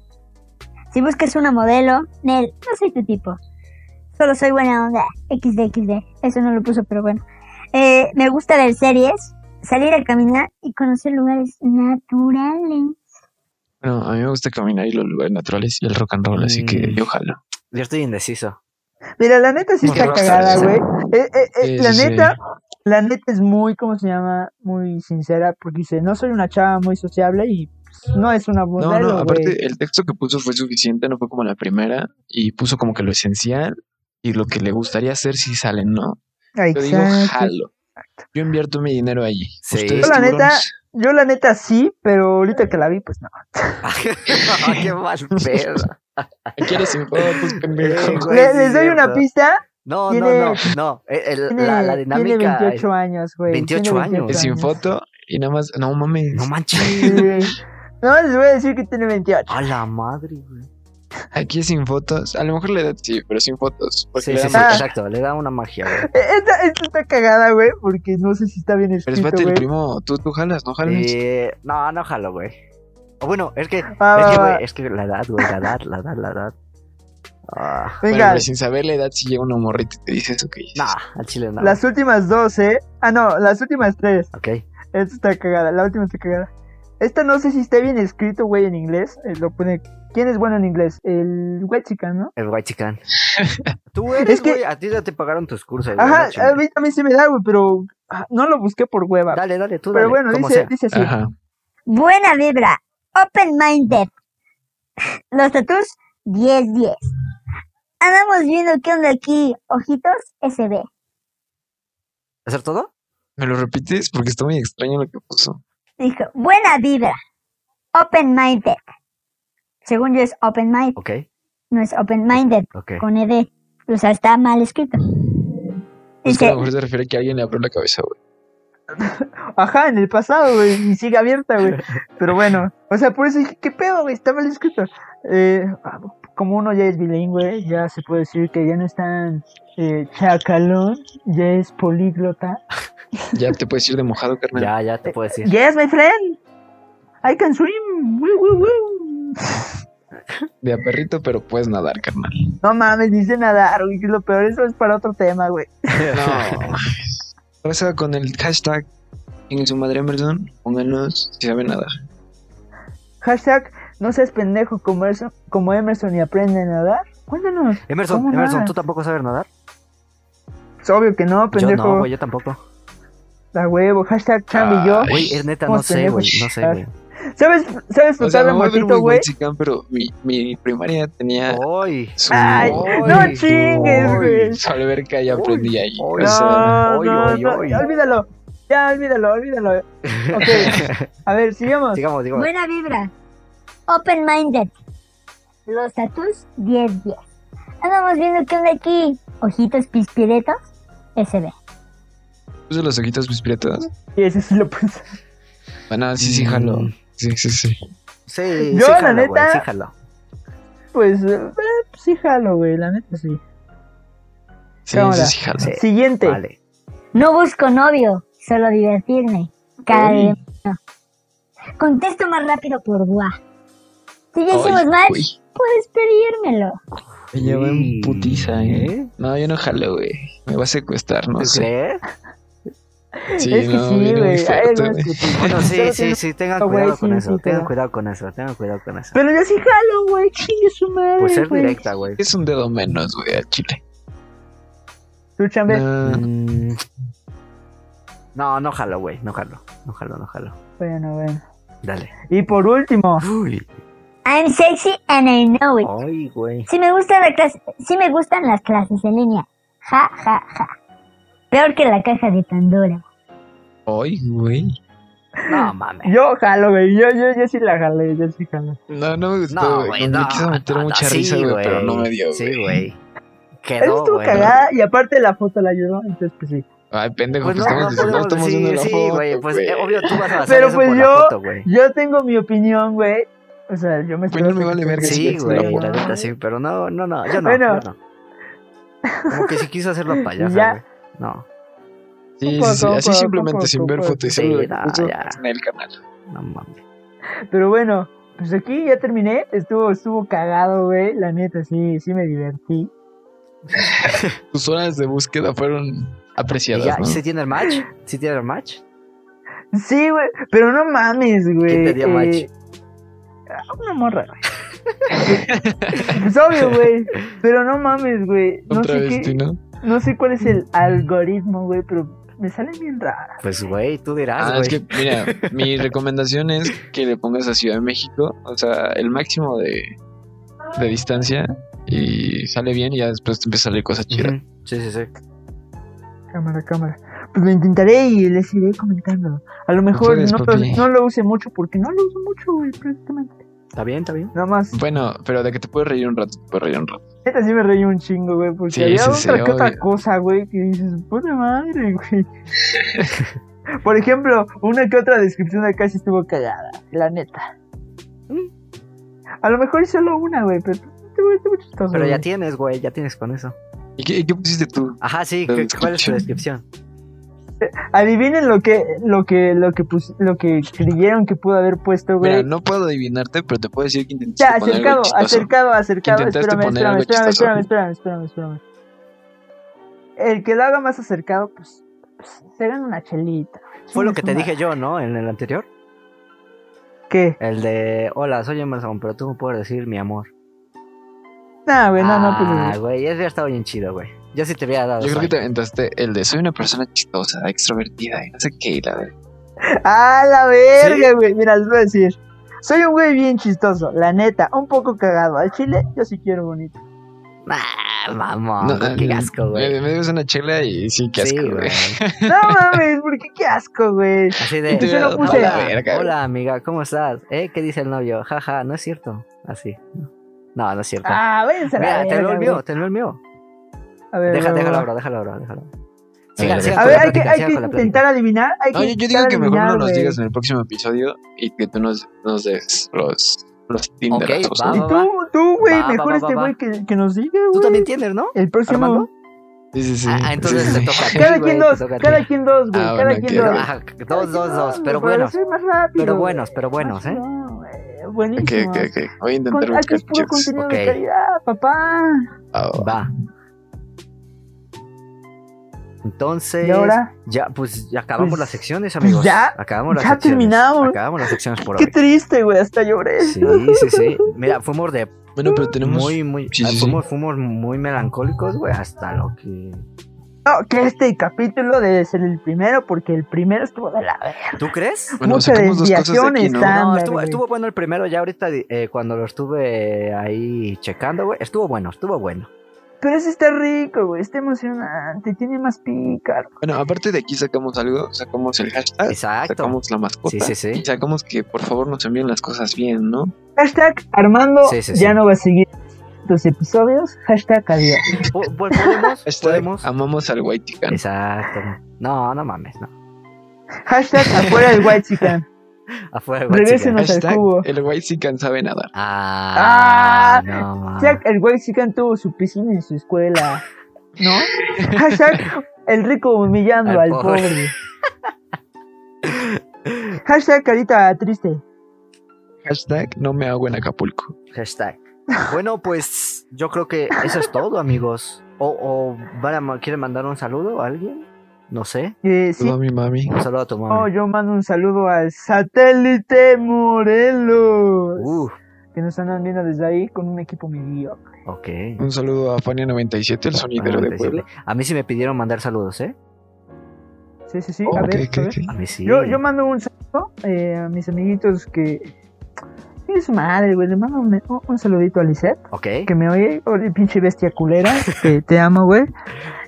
S4: Si buscas una modelo, Nel, no soy tu tipo. Solo soy buena onda. XD, XD. Eso no lo puso, pero bueno. Eh, me gusta ver series, salir a caminar y conocer lugares naturales.
S3: No, a mí me gusta caminar y los lugares naturales y el rock and roll, así que
S2: Mm.
S3: yo jalo.
S2: Yo estoy indeciso.
S1: Mira, la neta sí
S3: Muy
S1: está
S3: rockstar,
S1: cagada,
S3: sí.
S1: güey. Eh, eh, eh,
S3: Sí,
S1: la
S3: sí, sí.
S1: neta, la neta es muy, ¿cómo se llama? Muy sincera, porque dice, no soy una chava muy sociable y pues, no es una
S3: No,
S1: modelo,
S3: no,
S1: güey.
S3: aparte el texto que puso fue suficiente, no fue como la primera, y puso como que lo esencial y lo que le gustaría hacer si salen, ¿no?
S1: Ah,
S3: Yo digo,
S1: exacto. Pues
S3: jalo. Yo invierto mi dinero allí.
S2: Sí.
S3: Ustedes,
S1: La neta-
S3: tiburones,
S1: Yo la neta sí, pero ahorita que la vi, pues no.
S2: No, qué mal pedo.
S3: ¿me quieres info? Pues, pendejo.
S2: Eh, güey.
S1: Le-
S2: sí,
S1: les doy una
S2: cierto.
S1: pista.
S2: No, no,
S1: Tiene-
S2: no, no. E, El- el-
S1: Tiene,
S2: la, la
S1: tiene
S2: dinámica.
S1: 28 años, güey.
S2: 28 años.
S3: Que sin foto y nada más, no mames.
S2: No manches.
S1: Sí. No, les voy a decir que tiene 28.
S2: A la madre, güey.
S3: Aquí es sin fotos. A lo mejor la edad sí, pero sin fotos. Porque
S2: Sí,
S3: Pues le
S2: sí,
S3: da
S2: sí,
S1: Ah.
S3: mucha-
S2: exacto. Le da una magia, güey.
S1: Eh, Esta, esta está cagada, güey, porque no sé si está bien
S3: Pero
S1: escrito,
S3: espérate, el
S1: güey.
S3: primo, tú, tú jalas, no jalas.
S2: Eh, no, no jalo, güey. O Bueno, es que,
S1: Va,
S2: es que,
S1: va, va.
S2: güey, es que la edad, güey, la edad, la edad, la edad. Ah,
S3: Bueno,
S1: Venga,
S3: pero sin saber la edad, si llega una morrita y te dice eso que dices.
S2: nah, al chile no.
S1: las últimas dos, ¿eh? Ah, no, las últimas tres.
S2: Ok.
S1: Esta está cagada, la última está cagada. Esta no sé si está bien escrito, güey, en inglés. eh, lo pone... ¿Quién es bueno en inglés? El güey chica, ¿no?
S2: El white chican. Tú eres,
S1: Es que-
S2: güey, a ti ya te pagaron tus cursos. güey,
S1: Ajá,
S2: no chingues.
S1: a mí, a mí sí me da, güey, pero ah, no lo busqué por hueva.
S2: Dale, dale, tú
S1: pero
S2: dale,
S1: bueno,
S2: como
S1: dice,
S2: sea.
S1: dice así.
S3: Ajá.
S4: Buena vibra. Open-minded. Los tatús, 10-10. Andamos viendo qué onda aquí. Ojitos, SB.
S2: ¿Hacer todo?
S3: ¿Me lo repites? Porque está muy extraño lo que puso.
S4: Dijo, buena vibra. Open-minded. Según yo es open-minded,
S2: Ok,
S4: no es open-minded
S2: ok.
S4: con ED. O sea, está mal escrito.
S3: Es que a
S4: Dice,
S3: lo mejor se refiere a que alguien le abrió la cabeza, güey.
S1: Ajá, en el pasado, güey, y sigue abierta, güey. Pero bueno, o sea, por eso dije, ¿qué pedo, güey? Está mal escrito. Eh, ah, como uno ya es bilingüe, ya se puede decir que ya no es tan eh, chacalón, ya es políglota.
S3: Ya te puedes ir de mojado, carnal.
S2: Ya, ya te puedo decir.
S1: Yes, my friend. I can swim. Woo, woo, woo.
S3: De a perrito, pero puedes nadar, carnal.
S1: No mames, dice nadar, güey. que Lo peor eso es para otro tema, güey.
S2: No.
S3: Pasa con el hashtag en su madre Emerson. Pónganos si saben nadar.
S1: Hashtag, no seas pendejo como Emerson, como Emerson y aprende a nadar. Cuéntanos.
S2: Emerson,
S1: ¿Cómo
S2: Emerson,
S1: nada?
S2: ¿tú tampoco sabes nadar?
S1: Es obvio que no,
S2: Yo
S1: pendejo.
S2: no, güey, yo tampoco.
S1: la huevo. Hashtag Cham y yo.
S3: Ay.
S2: Güey, es neta,
S1: Como
S2: no sé,
S1: pendejo,
S2: güey, no sé, güey.
S1: ¿Sabes, sabes
S3: O
S1: flotar
S3: sea,
S1: de
S3: me voy a ver
S1: muertito,
S3: muy
S1: güey? Oh.
S3: guachicán, pero mi, mi primaria tenía
S2: Hoy.
S3: su,
S1: Ay, no
S2: Ay,
S1: chingues, güey. oh,
S3: su alberca y aprendí ahí.
S2: Uy,
S3: O sea,
S1: No,
S2: oy,
S1: no,
S2: oy,
S1: no,
S2: oy.
S1: ya olvídalo. Ya, olvídalo, olvídalo. Ok, a ver, sigamos.
S2: Digamos, digamos.
S4: buena vibra. Open-minded. Los tatús, 10-10. Andamos viendo qué onda aquí. Ojitos, pispiretos, SB.
S3: puse los ojitos mis piratas.
S1: Y ese sí lo puse.
S3: Bueno, sí, sí, jalo.
S1: Mm.
S3: Sí, sí, sí.
S2: Sí,
S1: Yo,
S2: sí,
S1: la
S2: jalo, güey,
S1: neta-
S2: sí, jalo.
S1: Pues, eh, sí jalo, güey, la neta sí.
S3: Sí,
S1: Cámara.
S3: sí, sí, jalo.
S2: Sí.
S1: Siguiente.
S2: Vale.
S4: No busco novio, solo divertirme. Cada
S3: Uy.
S4: día no. Contesto más rápido por guá. Si ya
S3: Ay,
S4: hicimos match,
S3: güey.
S4: puedes pedírmelo.
S3: Me llevo en
S2: Sí.
S3: putiza, ¿eh?
S2: ¿Eh?
S3: No, yo no jalo, güey. Me va a secuestrar, no
S2: ¿Tú
S3: sé.
S2: crees?
S3: Sí,
S1: es que
S3: no,
S1: sí,
S3: viene muy
S1: güey. hay
S3: fuerte,
S1: algunos
S3: güey.
S1: que sí.
S2: Bueno, sí,
S1: Pero
S2: sí,
S1: tiene-
S2: sí, tengan
S1: Ah, güey,
S2: cuidado con
S1: sí,
S2: eso,
S1: sí,
S2: tengan
S1: pero-
S2: cuidado con eso, tengan cuidado con eso.
S1: Pero yo sí jalo, güey. Chingue su madre.
S2: Pues ser
S1: güey.
S2: directa, güey.
S3: Es un dedo menos, güey, al chile.
S1: Tú, chambe.
S3: No,
S2: Mm. No, no jalo, güey, no jalo, no jalo, no jalo.
S1: Bueno, bueno.
S2: Dale.
S1: Y por último,
S2: Uy.
S4: I'm sexy and I know it.
S2: Ay, güey.
S4: Si me gusta la clase, si me gustan las clases en línea. Ja, ja, ja. Peor que la caja de Pandora.
S3: Ay, güey.
S2: No mames.
S1: yo jalo, güey. Yo, yo, yo sí la jalé, yo sí jalo.
S3: No, no me gustó,
S2: No,
S3: güey.
S2: güey,
S3: me
S2: no.
S3: quiso meter
S2: no, no,
S3: mucha
S2: sí,
S3: risa, güey, pero no me dio,
S2: Sí,
S3: güey.
S2: güey.
S1: Eso
S2: Quedó,
S1: estuvo
S2: güey.
S1: cagada y aparte la foto la ayudó, entonces pues sí.
S3: Ay, pendejo,
S2: Pues
S3: pues,
S2: no, no
S3: estamos, diciendo-
S2: podemos
S3: estamos viendo
S2: decir,
S3: la
S2: sí,
S3: foto,
S2: güey, pues eh, obvio tú vas a basar
S1: Pero
S2: eso
S1: pues
S2: por
S1: yo-
S2: la foto, güey.
S1: Yo tengo mi opinión, güey. O sea, yo me
S3: Bueno, me vale verga si
S2: Sí,
S3: ves la
S2: güey,
S3: foto.
S2: la neta sí, pero no, no, no, yo no,
S1: Bueno.
S2: yo no. Como que si quiso hacerlo payasa,
S1: Ya.
S2: güey. No,
S3: Sí,
S1: Poco,
S3: sí, sí, así
S1: poco,
S3: simplemente
S1: poco,
S3: sin ver
S1: poco.
S3: foto y
S2: Sí,
S3: solo de
S2: no,
S3: puso
S2: ya.
S3: en el canal.
S2: no mames.
S1: Pero bueno, pues aquí ya terminé. Estuvo, estuvo cagado, güey. La neta, sí, sí me divertí.
S3: Tus horas de búsqueda fueron
S2: ¿Y
S3: apreciadas,
S2: ya
S3: ¿no?
S2: sí tiene el match? ¿Sí tiene el match?
S1: Sí, güey. Pero no mames, güey.
S2: ¿Quién te dio match?
S1: Eh, Una morra, güey. pues obvio, güey. Pero no mames, güey. No
S3: Otra
S1: sé,
S3: vez,
S1: qué,
S3: ¿no?
S1: no sé cuál es el algoritmo, güey, pero me salen bien raras.
S2: Pues, güey, tú dirás,
S3: Ah,
S2: güey.
S3: es que, mira, mi recomendación es que le pongas a Ciudad de México, o sea, el máximo de, de distancia y sale bien y ya después te empieza a salir cosas chidas.
S2: Ujú, Sí, sí, sí.
S1: Cámara, cámara. Pues lo intentaré y les iré comentando. A lo mejor
S3: puedes,
S1: no,
S3: papi.
S1: no lo use mucho porque no lo uso mucho, güey, prácticamente.
S2: Está bien, está bien.
S1: Nada más.
S3: Bueno, pero de que te puedes reír un rato, te puedes reír un rato.
S1: Neta sí me reí un chingo, güey, porque
S3: Sí,
S1: había
S3: sí,
S1: otra
S3: sí,
S1: que otra
S3: obvio.
S1: cosa, güey, que dices, puta madre, güey. Por ejemplo, una que otra descripción de casi estuvo cagada, la neta.
S2: Mm.
S1: A lo mejor es solo una, güey, pero estuvo, estuvo chistoso.
S2: Pero ya
S1: güey.
S2: tienes, güey, ya tienes con eso.
S3: ¿Y qué, y qué pusiste tú?
S2: Ajá, sí,
S3: La
S2: ¿qué- ¿cuál es tu
S3: descripción.
S2: descripción?
S1: Adivinen lo que, lo que, lo que pus- lo que creyeron que pudo haber puesto,
S3: Mira,
S1: güey.
S3: no puedo adivinarte, pero te puedo decir que intentaste
S1: ya,
S3: poner algo
S1: acercado,
S3: chistoso.
S1: acercado, acercado,
S3: Intentaste
S1: espérame,
S3: poner
S1: espérame,
S3: algo
S1: espérame,
S3: chistoso.
S1: espérame, espérame, espérame, espérame. El que lo haga más acercado, pues, pues se gana una chelita.
S2: Fue lo que
S1: Chingue
S2: te
S1: su madre.
S2: dije yo, ¿no? En el anterior.
S1: ¿Qué?
S2: El de, hola, soy Emerson, pero tú me puedes decir mi amor.
S1: No, güey, no, pues, no,
S2: Ah,
S1: pero.
S2: güey, ese ya estaba bien chido, güey. Yo sí te hubiera dado.
S3: Yo creo que te
S2: sueño.
S3: aventaste el de soy una persona chistosa, extrovertida y no sé qué, y la verdad.
S1: ¡Ah, la verga, güey! Mira, les voy a decir. Soy un güey bien chistoso, la neta, un poco cagado. Al chile, yo sí quiero bonito.
S2: Ah, mamón,
S3: No,
S2: güey, qué
S3: no,
S2: asco, güey.
S3: Me, me debes una chela y sí, qué asco,
S2: Sí,
S3: güey.
S1: No mames, porque qué asco, güey.
S2: Así de,
S3: Te
S1: hubiera dado
S2: hola,
S1: puse-
S3: la verga,
S2: hola, amiga, ¿cómo estás? ¿Eh? ¿Qué dice el novio? Jaja, no es cierto. Así. No, no es cierto.
S1: Ah, váyanse a la
S2: Mira, te lo
S1: verga,
S2: el
S1: güey.
S2: mío, te lo el mío.
S1: A ver,
S2: Deja,
S1: va, va,
S2: déjalo
S1: va.
S2: ahora, déjalo ahora, déjalo.
S3: ver, a
S2: Sigan,
S3: ver.
S2: sigan
S1: A
S2: con la
S1: ver, hay que,
S2: plática,
S1: hay
S2: sigan
S1: que
S2: con la plática.
S1: intentar adivinar. Hay
S3: No,
S1: que
S3: yo, yo digo
S1: intentar
S3: que mejor no
S1: adivinar,
S3: nos
S1: güey.
S3: digas en el próximo episodio y que tú nos, nos des los, los tinderazos,
S2: va,
S3: ¿no?
S1: Y
S2: va,
S1: tú, tú, güey,
S2: Va, va,
S1: mejor
S2: va,
S1: este
S2: va.
S1: güey que, que nos diga,
S2: Tú
S1: güey.
S2: también tienes, ¿no?
S1: El próximo.
S2: ¿Armando?
S3: Sí, sí, sí.
S2: Ah, ah, entonces
S3: Sí,
S2: te
S3: sí,
S2: toca a ti,
S1: Cada
S2: güey,
S1: quien
S2: te
S1: dos,
S2: toca a ti.
S1: cada quien dos, güey,
S3: Ah,
S1: cada
S3: bueno,
S1: quien dos.
S3: ok,
S1: Ah, pues,
S3: ok.
S2: Ajá, dos, dos, dos, pero
S1: para
S2: buenos.
S1: ser más rápido,
S2: Pero
S1: güey.
S2: buenos, pero buenos, ¿eh?
S1: No, eh,
S3: Ok,
S1: buenísimo.
S3: ok, ok. Voy a intentar
S1: Con, aquí
S3: buscar
S1: es puro
S3: chips.
S1: contenido de
S2: Ok.
S1: calidad, papá.
S3: Ah, va.
S2: Va. Entonces,
S1: Y ahora,
S2: ya, pues ya acabamos
S1: Pues,
S2: las secciones, amigos.
S1: ya,
S2: acabamos las
S1: ya
S2: secciones.
S1: terminamos.
S2: Acabamos las secciones por
S1: qué
S2: hoy.
S1: triste, güey, hasta lloré.
S2: Sí, sí, sí. Mira, fuimos de
S3: Bueno, pero tenemos.
S2: muy, muy,
S3: Sí,
S2: ah,
S3: sí, sí.
S2: fuimos, fuimos muy melancólicos, güey, hasta lo que.
S1: No, que este capítulo debe ser el primero, porque el primero estuvo de la verga.
S2: ¿Tú crees?
S3: Bueno,
S1: mucha
S3: sacamos dos cosas de
S1: desviación
S3: aquí, ¿no?
S1: está.
S2: No,
S1: Ándale,
S2: estuvo,
S1: güey.
S2: estuvo bueno el primero, ya ahorita eh, cuando lo estuve ahí checando, güey, estuvo bueno, estuvo bueno.
S1: Pero ese está rico, güey, está emocionante, tiene más pícaro.
S3: Bueno, aparte de aquí sacamos algo, sacamos el hashtag,
S2: Exacto.
S3: sacamos la mascota.
S2: Sí, sí, sí.
S3: Y sacamos que por favor nos envíen las cosas bien, ¿no?
S1: Hashtag Armando
S2: Sí, sí,
S1: ya
S2: sí.
S1: no va a seguir los episodios. Hashtag adiós.
S2: Po- po- Podemos,
S3: Hashtag
S2: podemos.
S3: amamos al White Tican.
S2: Exacto. No, no mames, no.
S1: Hashtag afuera del White Chicken.
S2: Afuera, güey.
S1: Regresen
S2: chica.
S1: al
S3: Hashtag
S1: cubo.
S3: el White Tican sabe nadar.
S2: Ah,
S1: Ah,
S2: no mames.
S1: Hashtag el güey chican tuvo su piscina en su escuela, ¿no? Hashtag el rico humillando
S2: Al
S1: al
S2: pobre.
S1: pobre. Hashtag carita triste.
S3: Hashtag no me hago en Acapulco.
S2: Hashtag. Bueno, pues yo creo que eso es todo, amigos. O, o van a ma- quieren mandar un saludo a alguien? No sé.
S1: Eh, sí.
S3: Saludo a mi mami.
S2: Un saludo a tu mamá.
S1: Oh, yo mando un saludo al satélite Morelos.
S2: Uh,
S1: Que nos andan viendo desde ahí con un equipo medio.
S2: ok.
S3: Un saludo a Fania97, el sonidero de Puebla.
S2: A mí sí me pidieron mandar saludos, ¿eh?
S1: Sí, sí, sí.
S3: Oh,
S1: a ver,
S3: ok, ok,
S1: a ver.
S3: ok.
S2: A mí sí.
S1: Yo, yo mando un saludo eh, a mis amiguitos que. Es madre, güey. Le mando un, un saludito a Lisette,
S2: Ok.
S1: que me oye. Oye, pinche bestia culera. que te amo, güey.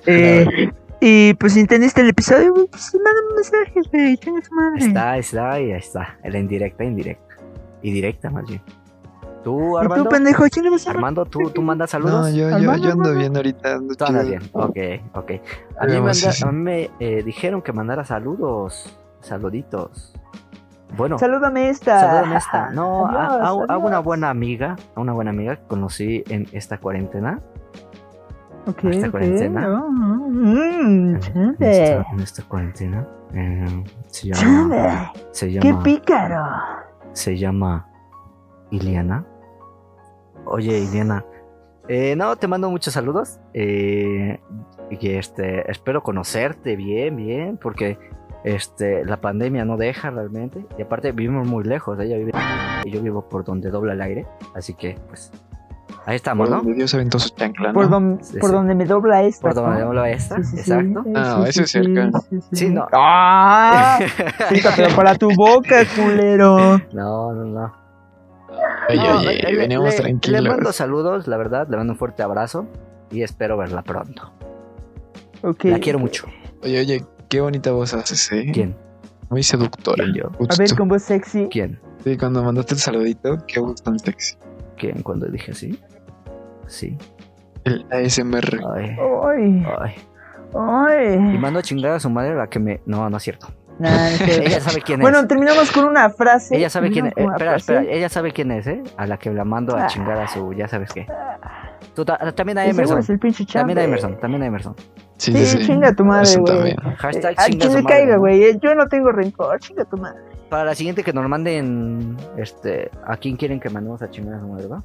S1: Eh, y pues si entendiste el episodio, güey, pues manda mensajes, güey. Chinga tu madre.
S2: Está, está y ahí está. El indirecta, indirecta. Y directa, más bien.
S1: y
S2: ¿Tú,
S1: tú,
S2: Armando?
S1: pendejo, ¿quién le vas a
S2: Armando, ¿tú, tú mandas
S3: No,
S2: saludos?
S3: yo, yo,
S1: Armando,
S3: yo ando
S1: Armando.
S3: bien ahorita. ando
S2: Tú andas
S3: chido.
S2: bien. Ok, ok. A mí,
S3: Digamos,
S2: manda-
S3: sí, sí.
S2: a mí me eh, dijeron que mandara saludos. Saluditos. Bueno,
S1: Salúdame esta.
S2: salúdame a esta. No, ah, a, a-
S1: Adiós,
S2: a una
S1: adiós.
S2: buena amiga. A una buena amiga que conocí en esta cuarentena.
S1: Ok,
S2: Hasta
S1: ok,
S2: cuarentena.
S1: no, no, mm,
S2: En
S1: chale,
S2: esta, en esta cuarentena. eh, se
S1: chale,
S2: llama. Se
S1: ¡Qué
S2: llama.
S1: pícaro!
S2: se llama Iliana. Oye, Iliana. eh, no, te mando muchos saludos. eh, y este, espero conocerte bien, bien, porque este, la pandemia no deja realmente. Y aparte vivimos muy lejos. Ella vive y yo vivo por donde dobla el aire. Así que, pues, ahí estamos,
S3: Por
S2: ¿no?
S3: donde Dios aventó su chancla, ¿no?
S1: Por, don-
S2: Sí,
S1: por
S2: sí.
S1: donde me dobla esta.
S2: Por donde
S1: ¿no?
S2: dobla esta,
S1: Sí, sí, sí,
S2: exacto.
S1: sí,
S3: Ah,
S1: sí,
S3: ese es
S1: sí,
S3: cerca.
S1: sí, sí,
S2: Sí,
S1: sí.
S2: no.
S1: ¡Ah! Puta, pero para tu boca, culero.
S2: No, no, no.
S3: Oye,
S2: No,
S3: oye,
S2: le- le-
S3: veníamos
S2: le-
S3: tranquilos.
S2: Le mando saludos, la verdad, le mando un fuerte abrazo y espero verla pronto.
S1: Ok.
S2: La quiero mucho.
S3: Oye, oye, qué bonita voz haces, ¿eh?
S2: ¿Quién?
S3: Muy seductora.
S2: ¿Quién yo?
S1: A ver, con voz sexy.
S2: ¿Quién?
S3: Sí, cuando mandaste el saludito, qué voz tan sexy.
S2: ¿Quién? Cuando dije así. Sí.
S3: El ASMR.
S2: Ay.
S1: ¡Ay!
S2: ay. Y
S1: ¡Ay!
S2: mando a chingar a su madre la que me. No, no es cierto.
S1: Nah, no sé.
S2: Ella sabe quién es.
S1: bueno, terminamos con una frase.
S2: ella sabe quién es.
S1: Terminamos con
S2: Eh,
S1: una
S2: espera,
S1: frase.
S2: espera. Ella sabe quién es, ¿eh? A la que la mando a
S1: Ah.
S2: chingar a su. Ya sabes qué. Tú ta- también a
S1: Ese güey
S2: Emerson.
S1: es el pinche
S2: También a
S1: chambe.
S2: Emerson. También a Emerson.
S1: Sí,
S3: Sí, sí, sí.
S1: chinga tu madre,
S3: Eso
S1: güey.
S3: también.
S2: Hashtag
S1: a
S2: chinga
S1: quien
S2: a su
S1: le
S2: madre,
S1: Eh, caiga,
S2: ¿no?
S1: güey. eh, Yo no tengo rencor. Chinga tu madre.
S2: Para la siguiente que nos manden. Este. ¿A quién quieren que mandemos a chingar a su madre, va?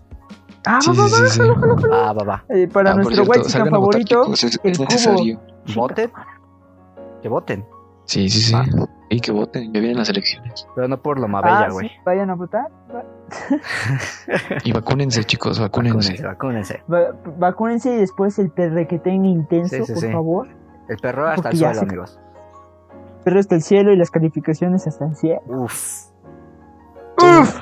S1: Ah,
S3: Sí,
S1: va, va,
S3: sí, sí,
S1: va,
S3: sí.
S1: jalo, jalo, jalo.
S2: Va, va, va.
S1: Eh, para
S3: Ah, por
S1: nuestro
S3: cierto,
S1: white
S3: salgan a votar,
S1: favorito.
S3: chicos, es,
S1: el
S3: es
S1: cubo.
S3: necesario.
S2: ¿Voten? Que voten.
S3: Sí, sí, sí.
S2: Va.
S3: Y que voten, ya vienen las elecciones.
S2: Pero no por lo mabella,
S1: Ah,
S2: güey.
S1: sí, vayan a votar. Va-
S3: Y vacúnense, chicos, vacúnense.
S2: Vacúnense, vacúnense.
S1: va- vacúnense y después el perrequetén intenso,
S2: Sí, sí,
S1: por
S2: sí.
S1: favor.
S2: El perro hasta el
S1: Porque ya
S2: suelo,
S1: se-
S2: amigos.
S1: Perro hasta el cielo y las calificaciones hasta el cielo.
S2: Uf.
S1: Uf.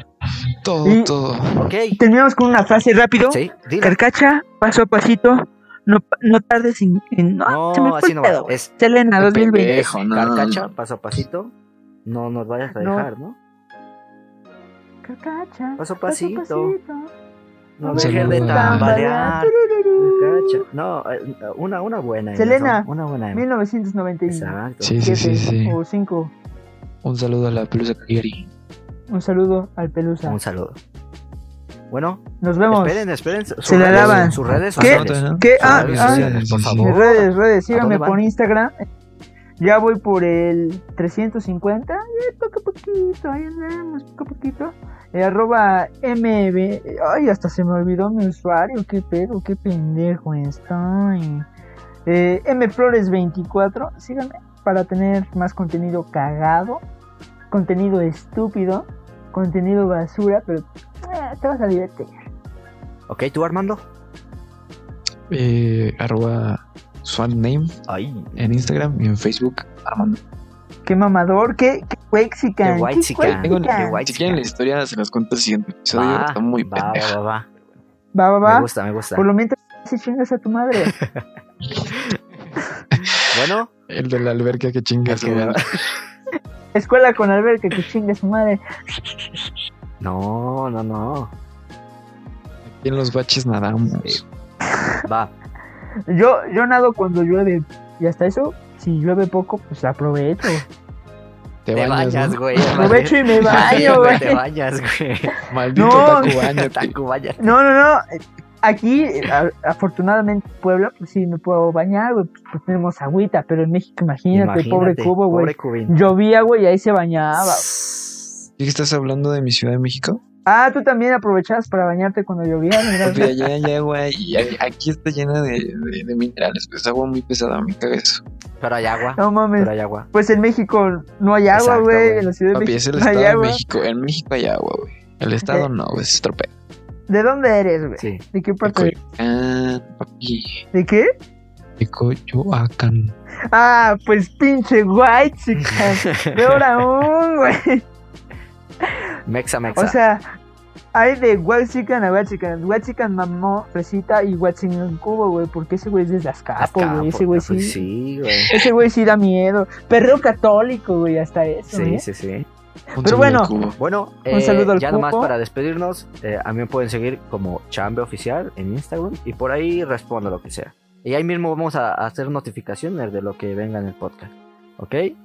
S3: Todo,
S1: Y-
S3: todo.
S2: Ok.
S1: Terminamos con una frase rápido.
S2: Sí, dile.
S1: Carcacha, paso a pasito. No, pa- no tardes en. en- no, Ah, se me
S2: No,
S1: fue
S2: así
S1: el
S2: no
S1: pedo.
S2: va. Es
S1: Selena
S3: Qué
S1: 2020.
S3: pendejo, no.
S2: carcacha, paso a pasito. No nos vayas a
S1: No.
S2: dejar, ¿no?
S1: Carcacha.
S2: Paso
S1: paso
S2: a
S1: a
S2: pasito.
S1: pasito,
S2: No
S1: Un
S2: dejes de
S3: saludo.
S2: tambalear.
S1: Tururú.
S2: Carcacha. No, eh, una, una buena.
S1: Selena.
S2: Emerson. Una buena. Emerson.
S1: 1997
S2: Exacto.
S3: Sí, sí, sí, sí.
S1: o 5.
S3: Un saludo a la pelusa Cagliari.
S1: Un saludo al Pelusa.
S2: Un saludo. Bueno,
S1: Nos vemos.
S2: esperen, esperen. sus
S1: Se la
S2: redes-
S1: lavan.
S2: Sus redes
S1: ¿Qué?
S2: sociales.
S1: ¿Qué?
S2: Sus
S1: Ah,
S2: redes
S1: ah,
S2: sociales, por
S3: sí, sí, sí.
S1: Mis
S2: favor.
S1: redes, redes, síganme
S2: dónde van?
S1: por Instagram. Ya voy por el 350, eh, poco a poquito, ahí andamos, poco a poquito. Eh, arroba MB. Ay, hasta se me olvidó mi usuario, qué pedo, qué pendejo estoy. Eh, MFlores24, síganme para tener más contenido cagado, contenido estúpido, contenido basura, pero eh, te vas a divertir.
S2: Ok, tú, Armando.
S3: Eh, arroba Swanname
S2: Ay,
S3: en Instagram y en Facebook. Armando.
S1: Qué mamador, qué, qué huexican,
S2: Qué huexican.
S1: huexican.
S2: Qué guay,
S3: Si quieren la historia, se las cuento el siguiente episodio.
S2: va,
S3: Está muy
S2: va,
S3: pendejo.
S2: va, va,
S1: Va, va,
S2: va. Me
S1: va.
S2: gusta, me gusta.
S1: Por lo menos si chingas a tu madre.
S2: Bueno,
S3: El de la alberca que chingas.
S2: El que-
S3: ¿verdad?
S1: Escuela con alberca que chingue a su madre.
S2: no, no, no.
S3: Aquí en los baches nadamos.
S2: Va.
S1: Yo, yo nado cuando llueve. Y hasta eso, si llueve poco, pues aprovecho.
S3: Te,
S2: Te
S3: bañas,
S2: bañas,
S3: ¿no?
S2: güey.
S1: Aprovecho y me baño,
S2: Sí,
S1: güey.
S2: Te bañas, güey.
S3: Maldito
S1: No,
S3: taco, bañate.
S2: Taco, bañas.
S1: No, no, no. Aquí, a- afortunadamente, en Puebla, pues sí me puedo bañar, güey. Pues, pues, tenemos agüita, pero en México, imagínate, pobre cubo, güey.
S2: Pobre cubín.
S1: Llovía, güey, y ahí se bañaba. güey.
S3: ¿Y que estás hablando de mi Ciudad de México?
S1: Ah, tú también aprovechabas para bañarte cuando llovía. mira.
S3: Papi, allá hay agua y a- aquí está llena de, de- de minerales. Es agua muy pesada, me caga eso.
S2: Pero hay agua.
S1: No mames.
S2: Pero hay agua.
S1: Pues en México no hay agua,
S2: Exacto,
S1: güey.
S2: güey.
S1: En la Ciudad de
S3: Papi, es
S1: México no
S3: el Estado
S1: hay
S3: de
S1: agua.
S3: México. En México hay agua, güey. El Estado no, güey, es tropea.
S1: ¿De dónde eres, güey?
S2: Sí.
S1: ¿De qué parte?
S3: Coyoacán, papi.
S1: ¿De qué?
S3: De Coyoacán.
S1: Ah, pues pinche white chica. Peor aún, güey.
S2: Mexa, mexa.
S1: O sea, hay de white chican a white chican. White chican mamó, recita y white chican cubo, güey. Porque ese güey es de Azcapo,
S2: Azcapo,
S1: güey. Ese güey sí.
S2: pues Sí, güey.
S1: Ese güey sí da miedo. Perro católico, güey, hasta eso.
S2: Sí,
S1: ¿eh?
S2: sí, sí.
S3: Un
S1: Pero
S3: saludo
S1: bueno.
S3: a Cuba.
S2: Bueno,
S1: Un
S2: eh,
S1: saludo al
S2: ya nomás
S1: Cuco.
S2: para despedirnos, eh, a mí me pueden seguir como Chambe Oficial en Instagram y por ahí respondo lo que sea. Y ahí mismo vamos a a hacer notificaciones de lo que venga en el podcast. ¿Ok?
S3: Ahí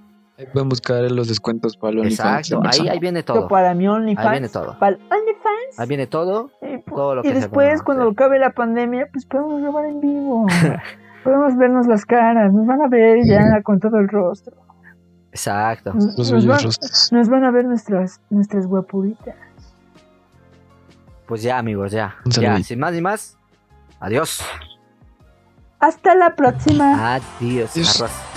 S3: Pueden buscar los descuentos para los
S2: Exacto.
S3: OnlyFans de
S2: Ahí,
S3: Mexa.
S2: ahí viene todo.
S1: Para mi OnlyFans.
S2: Ahí viene todo.
S1: Para el OnlyFans.
S2: Ahí viene todo.
S1: Y, pu-
S2: Todo lo que
S1: y
S2: se
S1: después,
S2: pueda
S1: cuando
S2: hacer.
S1: acabe la pandemia, pues podemos grabar en vivo. podemos vernos las caras. Nos van a ver ya con todo el rostro.
S2: Exacto.
S1: Nos,
S3: Los
S1: nos van,
S3: bellos rostros.
S1: nos van a ver nuestras, nuestras guapuritas.
S2: Pues ya, amigos, ya.
S3: Un
S2: Ya,
S3: saludito.
S2: sin más ni más. Adiós.
S1: Hasta la próxima.
S2: Adiós.
S1: Ah.
S3: Adiós.
S2: Arroz.